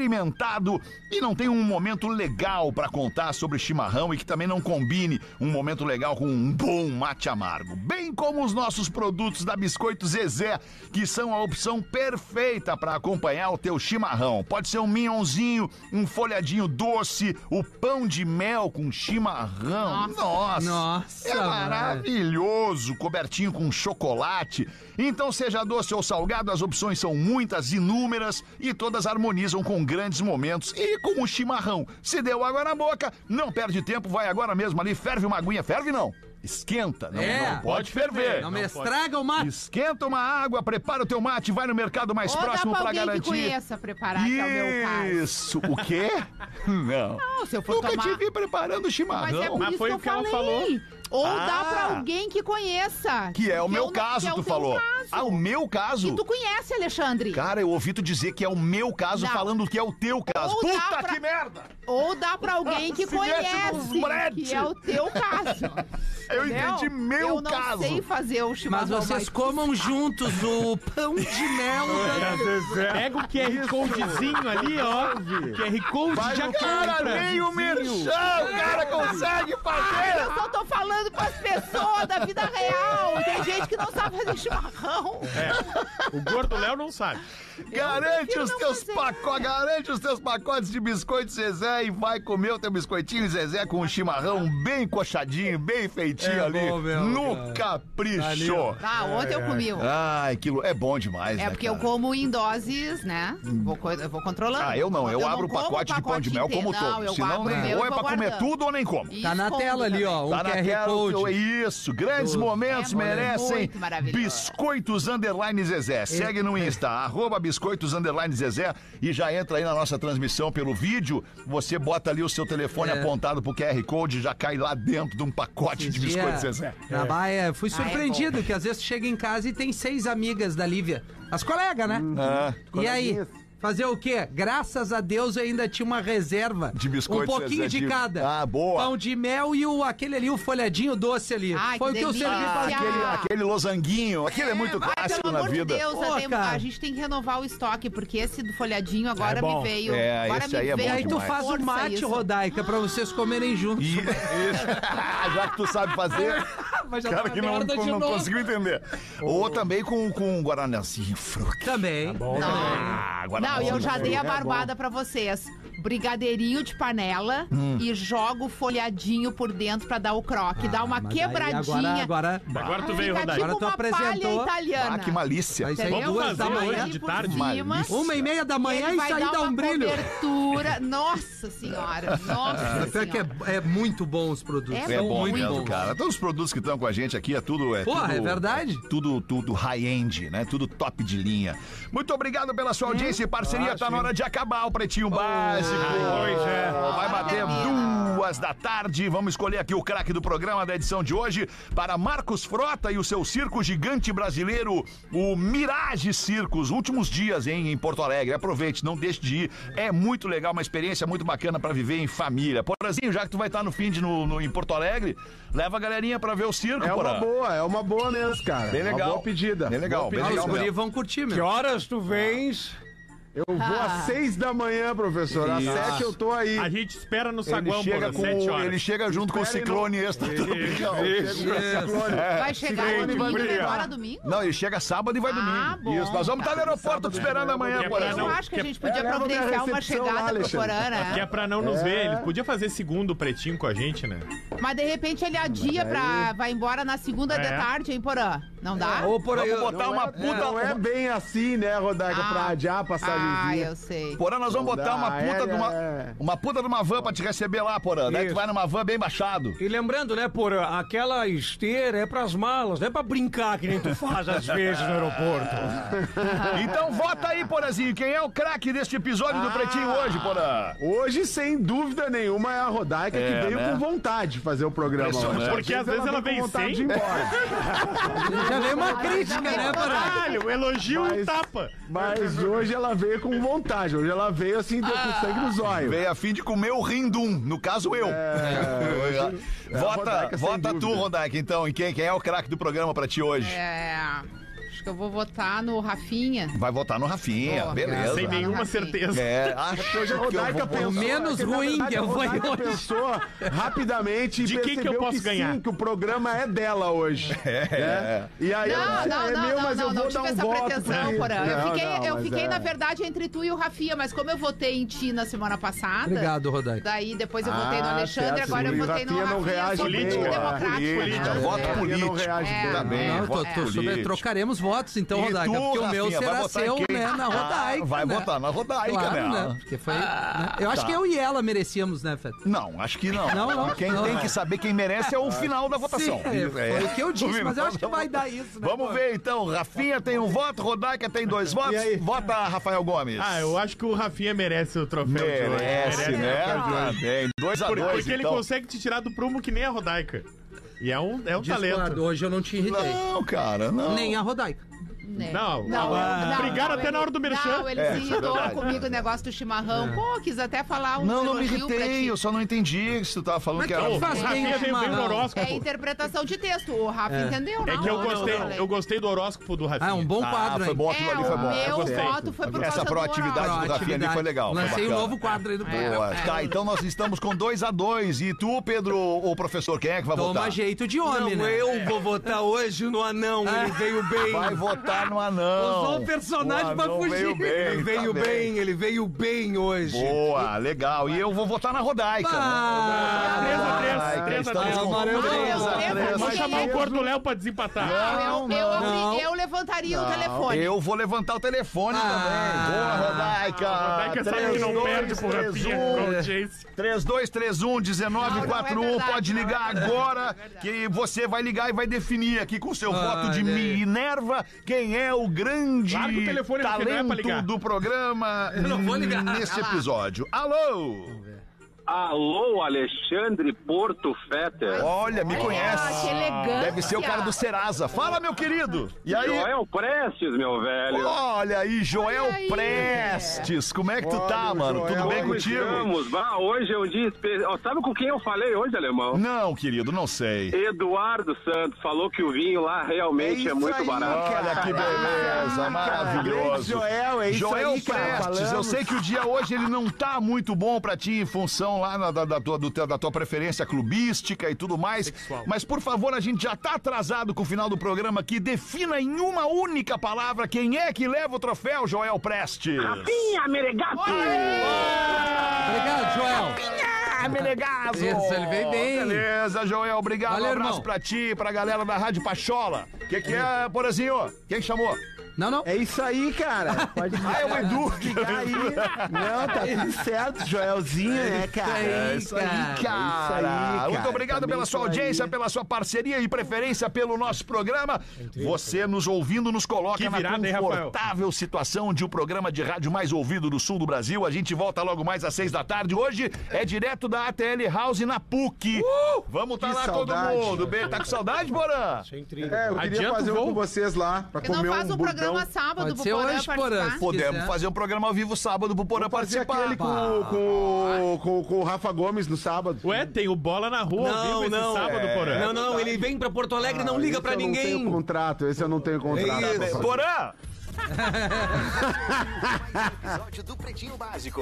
Speaker 3: experimentado e não tenha um momento legal pra contar sobre chimarrão e que também não combine um momento legal com um bom mate amargo. Bem como os nossos produtos da Biscoito Zezé, que são a opção perfeita pra acompanhar o teu chimarrão. Pode ser um minhãozinho, um folhadinho doce, o pão de mel com chimarrão. Nossa!
Speaker 4: Nossa,
Speaker 3: é
Speaker 4: mano.
Speaker 3: maravilhoso maravilhoso, cobertinho com chocolate. Então, seja doce ou salgado, as opções são muitas, inúmeras e todas harmonizam com grandes momentos e com o chimarrão. Se deu água na boca, não perde tempo, vai agora mesmo ali, ferve uma aguinha, ferve não. Esquenta, não,
Speaker 4: É.
Speaker 3: não pode ferver.
Speaker 4: Não me estraga o mate.
Speaker 3: Esquenta uma água, prepara o teu mate, vai no mercado mais
Speaker 5: Ou dá
Speaker 3: próximo
Speaker 5: pra
Speaker 3: pra
Speaker 5: alguém
Speaker 3: garantir.
Speaker 5: que conheça preparar, que é o meu caso.
Speaker 3: Isso, o quê? Não.
Speaker 5: Não, se eu for
Speaker 3: Nunca
Speaker 5: tomar...
Speaker 3: te vi preparando
Speaker 5: Mas é
Speaker 3: chimarrão.
Speaker 5: por
Speaker 6: Mas
Speaker 5: isso
Speaker 6: foi
Speaker 5: que
Speaker 6: o
Speaker 5: eu
Speaker 6: que ela
Speaker 5: falei. Ou dá pra alguém que conheça.
Speaker 3: Ah. Que é o meu
Speaker 5: eu não-
Speaker 3: caso,
Speaker 5: que é o
Speaker 3: tu
Speaker 5: teu
Speaker 3: falou.
Speaker 5: caso.
Speaker 3: Ah, o meu caso?
Speaker 5: Que tu conhece, Alexandre.
Speaker 3: Cara, eu ouvi tu dizer que é o meu caso
Speaker 5: Não.
Speaker 3: falando que é o teu caso.
Speaker 5: Ou dá
Speaker 3: Puta
Speaker 5: pra-
Speaker 3: que merda!
Speaker 5: Ou dá pra alguém que
Speaker 3: Ah, Se mexe com os
Speaker 5: conhece.
Speaker 3: brete.
Speaker 5: Que é o teu caso.
Speaker 3: Eu
Speaker 5: entendeu?
Speaker 3: entendi meu
Speaker 5: Eu não
Speaker 3: caso.
Speaker 5: sei fazer o chimarrão.
Speaker 4: Mas vocês comam juntos o pão de mel. da-
Speaker 3: é
Speaker 6: Pega o QR Codezinho ali, ó.
Speaker 3: um
Speaker 6: QR Code já
Speaker 3: Cara,
Speaker 6: compra.
Speaker 3: nem o merchan, o cara consegue fazer!
Speaker 5: Eu só tô falando pras pessoas da vida real. Tem gente que não sabe fazer chimarrão.
Speaker 3: É.
Speaker 6: O gordo Léo não sabe.
Speaker 3: Garante
Speaker 5: prefiro
Speaker 3: os
Speaker 5: não
Speaker 3: teus
Speaker 5: fazer
Speaker 3: pacotes, garante os teus pacotes de biscoito Zezé e vai comer o teu biscoitinho Zezé com um chimarrão bem coxadinho, bem feitinho
Speaker 4: É
Speaker 3: ali,
Speaker 4: bom mesmo,
Speaker 3: no
Speaker 4: cara. Ali,
Speaker 3: capricho.
Speaker 4: ó.
Speaker 5: Ah,
Speaker 3: É,
Speaker 5: ontem eu comi. um.
Speaker 3: Ai, aquilo é bom demais, né,
Speaker 5: É porque eu
Speaker 3: cara?
Speaker 5: como em doses, né? Vou, co- eu vou controlando.
Speaker 3: Ah, eu não, eu, abro o
Speaker 5: como
Speaker 3: pacote de pão de mel,
Speaker 5: inteiro.
Speaker 3: como
Speaker 5: Não,
Speaker 3: todo.
Speaker 5: eu
Speaker 3: Senão,
Speaker 5: abro o
Speaker 3: né,
Speaker 5: meu
Speaker 3: ou
Speaker 5: e
Speaker 3: é
Speaker 5: vou
Speaker 3: pra comer
Speaker 5: guardando.
Speaker 3: tudo ou nem como.
Speaker 5: E
Speaker 4: Tá na
Speaker 5: escondo
Speaker 4: tela ali,
Speaker 5: também.
Speaker 4: ó. Um
Speaker 3: Tá na
Speaker 4: QR
Speaker 3: tela, seu- é
Speaker 4: Code.
Speaker 3: isso, grandes momentos
Speaker 5: É, mano,
Speaker 3: merecem
Speaker 5: muito maravilhoso.
Speaker 3: Biscoitos Underline Zezé. Segue no Insta, arroba Biscoitos Underline Zezé e já entra aí na nossa transmissão pelo vídeo. Você bota ali o seu telefone
Speaker 4: É.
Speaker 3: apontado pro QR Code, já cai lá dentro de um pacote de Biscoitos
Speaker 4: Dia,
Speaker 3: Zezé.
Speaker 4: Na Baia, Ah, fui
Speaker 5: é
Speaker 4: surpreendido que às vezes tu chega em casa e tem seis amigas da Lívia. As colegas, né?
Speaker 3: Ah,
Speaker 4: E aí? Fazer o quê? Graças a Deus eu ainda tinha uma reserva.
Speaker 3: De biscoito,
Speaker 4: Um pouquinho
Speaker 3: Zezé,
Speaker 4: de
Speaker 3: de-
Speaker 4: cada.
Speaker 3: Ah, boa.
Speaker 4: Pão de mel e o, aquele ali, o folhadinho doce ali.
Speaker 5: Ai,
Speaker 4: Foi o
Speaker 5: que
Speaker 4: que eu
Speaker 5: delícia.
Speaker 4: servi pra
Speaker 5: Ah,
Speaker 3: aquele, aquele losanguinho, aquele é muito
Speaker 5: Ai,
Speaker 3: clássico
Speaker 5: pelo
Speaker 3: na
Speaker 5: amor
Speaker 3: vida.
Speaker 5: de Deus,
Speaker 4: Pô,
Speaker 5: tem-
Speaker 4: cara.
Speaker 5: a gente tem que renovar o estoque, porque esse do folhadinho agora
Speaker 6: É bom.
Speaker 5: me veio.
Speaker 3: É,
Speaker 5: agora
Speaker 3: esse
Speaker 5: me
Speaker 3: aí é
Speaker 5: veio
Speaker 3: bom
Speaker 4: E aí tu
Speaker 3: demais.
Speaker 4: faz o
Speaker 5: força
Speaker 4: mate,
Speaker 5: isso.
Speaker 4: Rodaica, pra vocês comerem juntos.
Speaker 3: E- já que tu sabe fazer.
Speaker 4: Mas já
Speaker 3: Cara
Speaker 4: tá
Speaker 3: que não,
Speaker 4: merda
Speaker 3: não,
Speaker 4: de novo.
Speaker 3: conseguiu entender. Ou também com, com um guaranazinho fruta. Tá
Speaker 4: Também.
Speaker 3: Ah,
Speaker 5: Não, e eu já dei a
Speaker 7: bom.
Speaker 5: barbada pra vocês. Brigadeirinho de panela
Speaker 3: Hum.
Speaker 5: e jogo folhadinho por dentro pra dar o croque. dá uma
Speaker 4: Ah, Mas aí Agora,
Speaker 5: quebradinha.
Speaker 4: agora
Speaker 6: Agora tu veio,
Speaker 5: Fica
Speaker 6: Rodaica.
Speaker 5: tipo
Speaker 4: Agora tu
Speaker 5: uma
Speaker 4: apresentou.
Speaker 5: palha italiana.
Speaker 3: Ah, que malícia.
Speaker 4: vai sair
Speaker 5: Entendeu?
Speaker 4: duas da
Speaker 6: fazer
Speaker 5: Vai
Speaker 4: manhã.
Speaker 6: hoje. de
Speaker 5: por
Speaker 6: tarde.
Speaker 5: cima.
Speaker 4: Uma e meia da manhã
Speaker 5: Ele
Speaker 4: e
Speaker 5: vai
Speaker 4: sair dá
Speaker 5: uma
Speaker 4: um brilho.
Speaker 5: Cobertura. Nossa senhora, nossa
Speaker 4: Até que
Speaker 5: senhora.
Speaker 4: é, é muito bom os produtos.
Speaker 5: assim, É
Speaker 3: É
Speaker 4: São
Speaker 3: bom
Speaker 4: muito
Speaker 3: mesmo,
Speaker 4: bons.
Speaker 3: cara. Todos os produtos que estão com a gente aqui é tudo. É
Speaker 4: Porra,
Speaker 3: tudo,
Speaker 4: é verdade?
Speaker 3: é tudo, tudo high-end, né? Tudo top de linha. Muito obrigado pela sua audiência e
Speaker 5: Ah,
Speaker 3: parceria. tá na hora de acabar o Pretinho Básico.
Speaker 6: pois é.
Speaker 3: Vai bater duas da tarde. Vamos escolher aqui o craque do programa da edição de hoje para Marcos Frota e o seu circo gigante brasileiro, o Mirage Circos. Últimos dias, hein, em Porto Alegre. Aproveite, não deixe de ir. É muito legal, uma experiência muito bacana para viver em família. Porazinho, já que tu vai estar no fim de no, no- em Porto Alegre, leva a galerinha para ver o circo,
Speaker 7: É uma
Speaker 3: Porã.
Speaker 7: boa, é uma boa mesmo, cara.
Speaker 3: Bem
Speaker 7: Uma
Speaker 3: legal.
Speaker 7: boa pedida.
Speaker 3: Bem legal,
Speaker 7: Boa
Speaker 3: bem
Speaker 4: Ah,
Speaker 7: pedida.
Speaker 4: os
Speaker 3: legal mesmo.
Speaker 4: guri vão curtir,
Speaker 8: Que
Speaker 4: meu.
Speaker 8: horas tu vens?
Speaker 7: Eu vou às seis da manhã, professor. Às sete eu tô aí.
Speaker 6: A gente espera no
Speaker 7: Ele
Speaker 6: saguão,
Speaker 7: chega
Speaker 6: por
Speaker 7: com-
Speaker 6: sete horas.
Speaker 3: Ele chega junto com o
Speaker 7: Espere, não.
Speaker 3: ciclone extra.
Speaker 5: Vai chegar
Speaker 7: Sim,
Speaker 5: quando vai
Speaker 7: brilha.
Speaker 5: agora domingo?
Speaker 3: Não, ele chega sábado e vai
Speaker 5: Ah,
Speaker 3: domingo.
Speaker 5: bom,
Speaker 3: Isso, nós vamos estar no
Speaker 5: tá.
Speaker 3: aeroporto te
Speaker 7: né?
Speaker 3: esperando amanhã,
Speaker 6: é pra
Speaker 3: Porã.
Speaker 5: Eu
Speaker 6: não-
Speaker 5: acho que a gente
Speaker 7: que-
Speaker 5: podia
Speaker 7: leva minha
Speaker 5: providenciar uma
Speaker 7: recepção lá,
Speaker 5: chegada pro
Speaker 7: Alexandre.
Speaker 5: Porã,
Speaker 6: Que é
Speaker 5: né?
Speaker 6: pra não nos ver. Ele podia fazer segundo pretinho com a gente, né?
Speaker 7: é
Speaker 5: Mas de repente ele adia pra. Vai embora na segunda de
Speaker 6: É.
Speaker 5: tarde, hein, Porã? Não dá?
Speaker 7: É.
Speaker 4: Ou por aí.
Speaker 3: Vamos botar uma
Speaker 7: Não
Speaker 3: puta.
Speaker 7: é bem assim, né, Rodaica,
Speaker 5: Ah.
Speaker 7: pra adiar a passagem
Speaker 5: Ah,
Speaker 7: aviãozinho.
Speaker 5: eu sei.
Speaker 3: Porã, nós vamos botar uma puta de uma, uma puta de uma van pra te receber lá, Porã. Daí tu
Speaker 8: Isso.
Speaker 3: vai numa van bem baixado.
Speaker 8: E lembrando, né, por aquela esteira é pras malas, não é pra brincar que nem tu faz às vezes no aeroporto.
Speaker 3: Então vota aí, Porãzinho. Quem é o craque deste episódio do Pretinho hoje, Porã?
Speaker 7: Hoje, sem dúvida nenhuma, é a Rodaica
Speaker 3: É,
Speaker 7: que veio
Speaker 3: né?
Speaker 7: com vontade de fazer o programa.
Speaker 3: Impressionante.
Speaker 7: hoje.
Speaker 6: Porque às vezes ela vem
Speaker 7: com vontade de
Speaker 6: sem.
Speaker 7: ir embora.
Speaker 4: Já veio
Speaker 7: é
Speaker 5: Ah,
Speaker 4: uma crítica, né, Porã?
Speaker 6: Caralho, elogio e
Speaker 7: Mas-
Speaker 6: tapa.
Speaker 7: Mas hoje ela veio com vontade. Hoje ela veio assim, deu
Speaker 5: Ah.
Speaker 7: com sangue nos olhos.
Speaker 3: Veio a fim de comer o rindum, no caso eu.
Speaker 7: é a
Speaker 3: vota
Speaker 7: Rodaica, sem
Speaker 3: vota tu,
Speaker 7: dúvida.
Speaker 3: Rodaica, então, em quem, quem é o craque do programa pra ti hoje?
Speaker 5: É. Acho que eu vou votar no Rafinha.
Speaker 3: Vai votar no Rafinha,
Speaker 5: Boa,
Speaker 3: beleza.
Speaker 6: Sem
Speaker 5: Exato.
Speaker 6: nenhuma
Speaker 5: Assim.
Speaker 6: certeza.
Speaker 3: É, acho
Speaker 7: Hoje a
Speaker 3: que eu vou-
Speaker 7: Rodaica
Speaker 3: um-
Speaker 7: pensou.
Speaker 4: Menos
Speaker 7: que, na
Speaker 4: ruim
Speaker 7: verdade,
Speaker 4: que eu
Speaker 7: a
Speaker 4: fui
Speaker 7: Rodaica
Speaker 4: hoje.
Speaker 7: pensou rapidamente e
Speaker 6: De quem que eu
Speaker 7: percebeu
Speaker 6: posso ganhar?
Speaker 7: sim, que o programa é dela hoje. né?
Speaker 3: É.
Speaker 7: E aí ela
Speaker 5: Não,
Speaker 7: disse,
Speaker 5: não,
Speaker 7: é
Speaker 5: não,
Speaker 7: meu,
Speaker 5: não,
Speaker 7: mas eu
Speaker 5: não, não
Speaker 7: vou
Speaker 5: tive
Speaker 7: dar um
Speaker 5: essa
Speaker 7: voto
Speaker 5: pretensão,
Speaker 7: pra-
Speaker 5: Porã. Eu
Speaker 7: Não,
Speaker 5: fiquei,
Speaker 7: não,
Speaker 5: eu
Speaker 7: mas
Speaker 5: fiquei
Speaker 7: é.
Speaker 5: na verdade, entre tu e o Rafinha, mas como eu votei em ti na semana passada.
Speaker 4: Obrigado, Rodaica.
Speaker 5: Daí depois eu votei no
Speaker 7: Ah,
Speaker 5: Alexandre,
Speaker 7: certo,
Speaker 5: agora eu
Speaker 7: sim.
Speaker 5: votei no
Speaker 7: Rafinha
Speaker 5: Rafinha.
Speaker 7: não reage
Speaker 5: sou
Speaker 7: bem,
Speaker 5: muito
Speaker 7: é.
Speaker 5: democrático,
Speaker 3: Política,
Speaker 5: né?
Speaker 3: voto
Speaker 7: É.
Speaker 3: político.
Speaker 7: Não reage
Speaker 5: bem.
Speaker 3: Tá bem,
Speaker 4: Não, tô,
Speaker 3: voto
Speaker 4: tô super,
Speaker 3: político.
Speaker 4: trocaremos votos, então,
Speaker 3: E
Speaker 4: Rodaica,
Speaker 3: tu,
Speaker 4: porque o meu
Speaker 3: Rafinha, vai
Speaker 4: será
Speaker 3: votar em
Speaker 4: seu,
Speaker 3: quem?
Speaker 4: né, na Rodaica.
Speaker 3: Ah, vai
Speaker 4: né?
Speaker 3: votar na Rodaica,
Speaker 4: Claro,
Speaker 3: né? Tá.
Speaker 4: né? Porque foi. né? Eu acho que eu e ela merecíamos, né, Feta?
Speaker 3: Não, acho que não.
Speaker 4: Não, não,
Speaker 3: Quem
Speaker 4: não. Ah.
Speaker 3: tem que saber quem merece é o final da votação.
Speaker 4: Sim, é, foi o que eu disse, mas eu acho que vai dar isso, né?
Speaker 3: Vamos
Speaker 4: pô?
Speaker 3: ver então. Rafinha tem um voto, Rodaica tem dois votos.
Speaker 7: aí?
Speaker 3: Vota Rafael Gomes.
Speaker 6: Ah, eu acho que o Rafinha merece o troféu de hoje.
Speaker 3: Merece, né? Tá bem. Dois a
Speaker 6: é Por-
Speaker 3: dois,
Speaker 6: porque ele
Speaker 3: então.
Speaker 6: consegue te tirar do prumo que nem a Rodaica. E é um, é um
Speaker 8: Tá
Speaker 4: Discordo,
Speaker 6: talento.
Speaker 4: hoje eu não te irritei.
Speaker 3: Não, cara, não.
Speaker 4: Nem a Rodaica.
Speaker 5: Né?
Speaker 6: Não,
Speaker 5: eu-
Speaker 6: brigaram até
Speaker 5: ele-
Speaker 6: na hora do merchan. É.
Speaker 5: Não, ele
Speaker 3: É,
Speaker 5: se
Speaker 3: isso é
Speaker 5: irritou
Speaker 3: verdade.
Speaker 5: comigo o negócio do chimarrão. Pô, quis até falar um
Speaker 3: Não, não me
Speaker 5: elogio pra ti.
Speaker 3: irritei, eu só não entendi se tu tava falando
Speaker 4: Mas
Speaker 3: que
Speaker 4: quem
Speaker 3: era.
Speaker 6: O
Speaker 4: faz bem
Speaker 6: Rafinha
Speaker 4: o
Speaker 6: veio bem no
Speaker 4: chimarrão?
Speaker 6: horóscopo.
Speaker 5: É interpretação de texto. O Rafa entendeu,
Speaker 6: É
Speaker 5: não?
Speaker 6: que eu
Speaker 5: Não, não
Speaker 6: gostei,
Speaker 5: falei.
Speaker 6: eu gostei do horóscopo do Rafinha.
Speaker 4: Ah, é um bom
Speaker 3: Ah,
Speaker 4: quadro
Speaker 3: foi
Speaker 4: aí.
Speaker 3: bom aquilo
Speaker 5: É,
Speaker 3: ali, foi bom.
Speaker 5: o meu
Speaker 6: gostei.
Speaker 5: voto foi por
Speaker 3: Essa
Speaker 5: causa do
Speaker 3: proatividade
Speaker 5: oral.
Speaker 3: do Rafinha ali foi legal. foi
Speaker 4: Lancei um
Speaker 3: bacana.
Speaker 4: novo quadro aí do programa.
Speaker 3: Boa. Tá, então nós estamos com 2 a 2 E tu, Pedro, o professor, quem é que vai
Speaker 4: Toma
Speaker 3: votar?
Speaker 4: jeito de homem,
Speaker 8: Não,
Speaker 4: né?
Speaker 8: eu vou votar hoje no anão, ele veio bem.
Speaker 3: Vai votar no anão.
Speaker 4: Usou o personagem pra
Speaker 3: anão Veio
Speaker 4: fugir.
Speaker 3: bem,
Speaker 8: Ele
Speaker 3: tá
Speaker 8: veio bem, ele veio bem hoje.
Speaker 3: Boa, legal. E eu vou votar na Rodaica.
Speaker 4: Ah,
Speaker 8: É
Speaker 6: Três a três,
Speaker 3: Ai,
Speaker 6: três a
Speaker 3: estamos
Speaker 6: três.
Speaker 3: com
Speaker 4: amarelo.
Speaker 3: três a
Speaker 5: Amarelo.
Speaker 3: três.
Speaker 6: Vou
Speaker 5: Sim.
Speaker 6: chamar o
Speaker 7: um.
Speaker 6: Gordo Léo pra desempatar.
Speaker 5: Eu, eu,
Speaker 4: não.
Speaker 5: eu levantaria o telefone.
Speaker 3: Eu vou levantar o telefone também.
Speaker 4: Ah.
Speaker 3: Boa,
Speaker 6: Ah,
Speaker 3: Rodaica.
Speaker 6: Rodaica sabe que não perde pro Rafinha
Speaker 3: 3231
Speaker 6: com audiência.
Speaker 3: 3231
Speaker 5: Não, não é
Speaker 3: 1941.
Speaker 5: verdade,
Speaker 3: Pode
Speaker 5: não é
Speaker 3: ligar
Speaker 5: verdade,
Speaker 3: agora
Speaker 5: não é verdade.
Speaker 3: que você vai ligar e vai definir aqui com seu voto de
Speaker 4: olha aí.
Speaker 3: Minerva quem é o grande
Speaker 6: Larga o telefone, porque não é pra
Speaker 3: talento
Speaker 6: ligar.
Speaker 3: do programa
Speaker 4: não vou ligar.
Speaker 3: nesse
Speaker 5: Vai lá.
Speaker 3: episódio. Alô!
Speaker 10: Alô, Alexandre Porto Fetter.
Speaker 3: Olha, me
Speaker 5: Ah, que
Speaker 3: conhece.
Speaker 5: elegância.
Speaker 3: Deve ser o cara do Serasa. Fala, meu querido. E aí?
Speaker 10: Joel é Prestes, meu velho.
Speaker 3: Olha aí, Joel
Speaker 5: Olha aí.
Speaker 3: Prestes. Como é que tu tá,
Speaker 7: Olha o
Speaker 3: mano?
Speaker 7: Joel.
Speaker 3: Tudo bem
Speaker 10: Como
Speaker 3: contigo?
Speaker 10: estamos? Bah, hoje é um dia especial. Sabe com quem eu falei hoje, alemão?
Speaker 3: Não, querido, não sei.
Speaker 10: Eduardo Santos falou que o vinho lá realmente é,
Speaker 7: isso
Speaker 10: muito
Speaker 7: aí,
Speaker 10: barato.
Speaker 3: Olha que beleza,
Speaker 7: Grande
Speaker 3: maravilhoso.
Speaker 7: Joel, é isso
Speaker 3: Joel
Speaker 7: aí, cara.
Speaker 3: Prestes, eu
Speaker 7: falamos.
Speaker 3: sei que o dia hoje ele não tá muito bom pra ti em função lá na- da, da tua, do teu- da tua preferência clubística e tudo mais. Mas por favor, a gente já tá atrasado com o final do programa aqui. Defina em uma única palavra quem é que leva o troféu, Joel Prestes.
Speaker 7: Ah,
Speaker 10: Pinha Meregato!
Speaker 4: Obrigado, Joel.
Speaker 3: Ah, Menegaso!
Speaker 4: Isso, ele veio bem.
Speaker 3: Beleza, Joel, obrigado.
Speaker 4: Valeu,
Speaker 3: um abraço
Speaker 4: irmão.
Speaker 3: pra ti, pra galera da Rádio Pachola. O que, que é, Porazinho? Quem chamou?
Speaker 4: Não, não.
Speaker 7: É isso aí, cara. Pode
Speaker 3: Ah, é o Edu.
Speaker 7: ligar aí. Não, tá tudo certo,
Speaker 3: É
Speaker 7: Joelzinho, né, cara?
Speaker 4: É isso aí,
Speaker 3: Cara,
Speaker 7: cara.
Speaker 3: muito obrigado
Speaker 7: Também
Speaker 3: pela sua
Speaker 7: isso aí.
Speaker 3: audiência, pela sua parceria e preferência pelo nosso programa. Você nos ouvindo nos coloca
Speaker 6: Que
Speaker 3: na
Speaker 6: virada, hein,
Speaker 3: confortável situação de o programa de rádio mais ouvido do sul do Brasil. A gente volta logo mais às seis da tarde. Hoje é direto da ATL House na PUC. Vamos tá
Speaker 7: Uh! que
Speaker 3: lá
Speaker 7: saudade.
Speaker 3: todo mundo. Bem, tá com saudade, Porã?
Speaker 7: É, eu queria
Speaker 6: Adianta
Speaker 7: fazer
Speaker 6: o
Speaker 7: um
Speaker 6: voo?
Speaker 7: com vocês lá, pra
Speaker 5: Porque
Speaker 7: comer
Speaker 5: não faz um,
Speaker 7: um
Speaker 5: programa
Speaker 4: Pode
Speaker 5: sábado pro
Speaker 4: ser
Speaker 5: Porã
Speaker 4: hoje,
Speaker 5: participar.
Speaker 4: Porã.
Speaker 3: Podemos
Speaker 4: quiser.
Speaker 3: fazer um programa ao vivo sábado pro Porã
Speaker 7: Fazer
Speaker 3: participar.
Speaker 7: aquele com, com, com, com o Rafa Gomes no sábado.
Speaker 6: Ué, tem o Bola na Rua ao
Speaker 8: Não,
Speaker 6: vivo esse
Speaker 8: não.
Speaker 6: sábado,
Speaker 8: É.
Speaker 6: porém.
Speaker 8: Não, não, ele vem pra Porto Alegre e não
Speaker 7: Esse
Speaker 8: liga pra
Speaker 7: tá. Ah, eu Não
Speaker 8: ninguém.
Speaker 7: tenho contrato, esse eu não tenho contrato.
Speaker 8: isso.
Speaker 7: pra fazer.
Speaker 3: Porã!
Speaker 11: episódio do Pretinho Básico.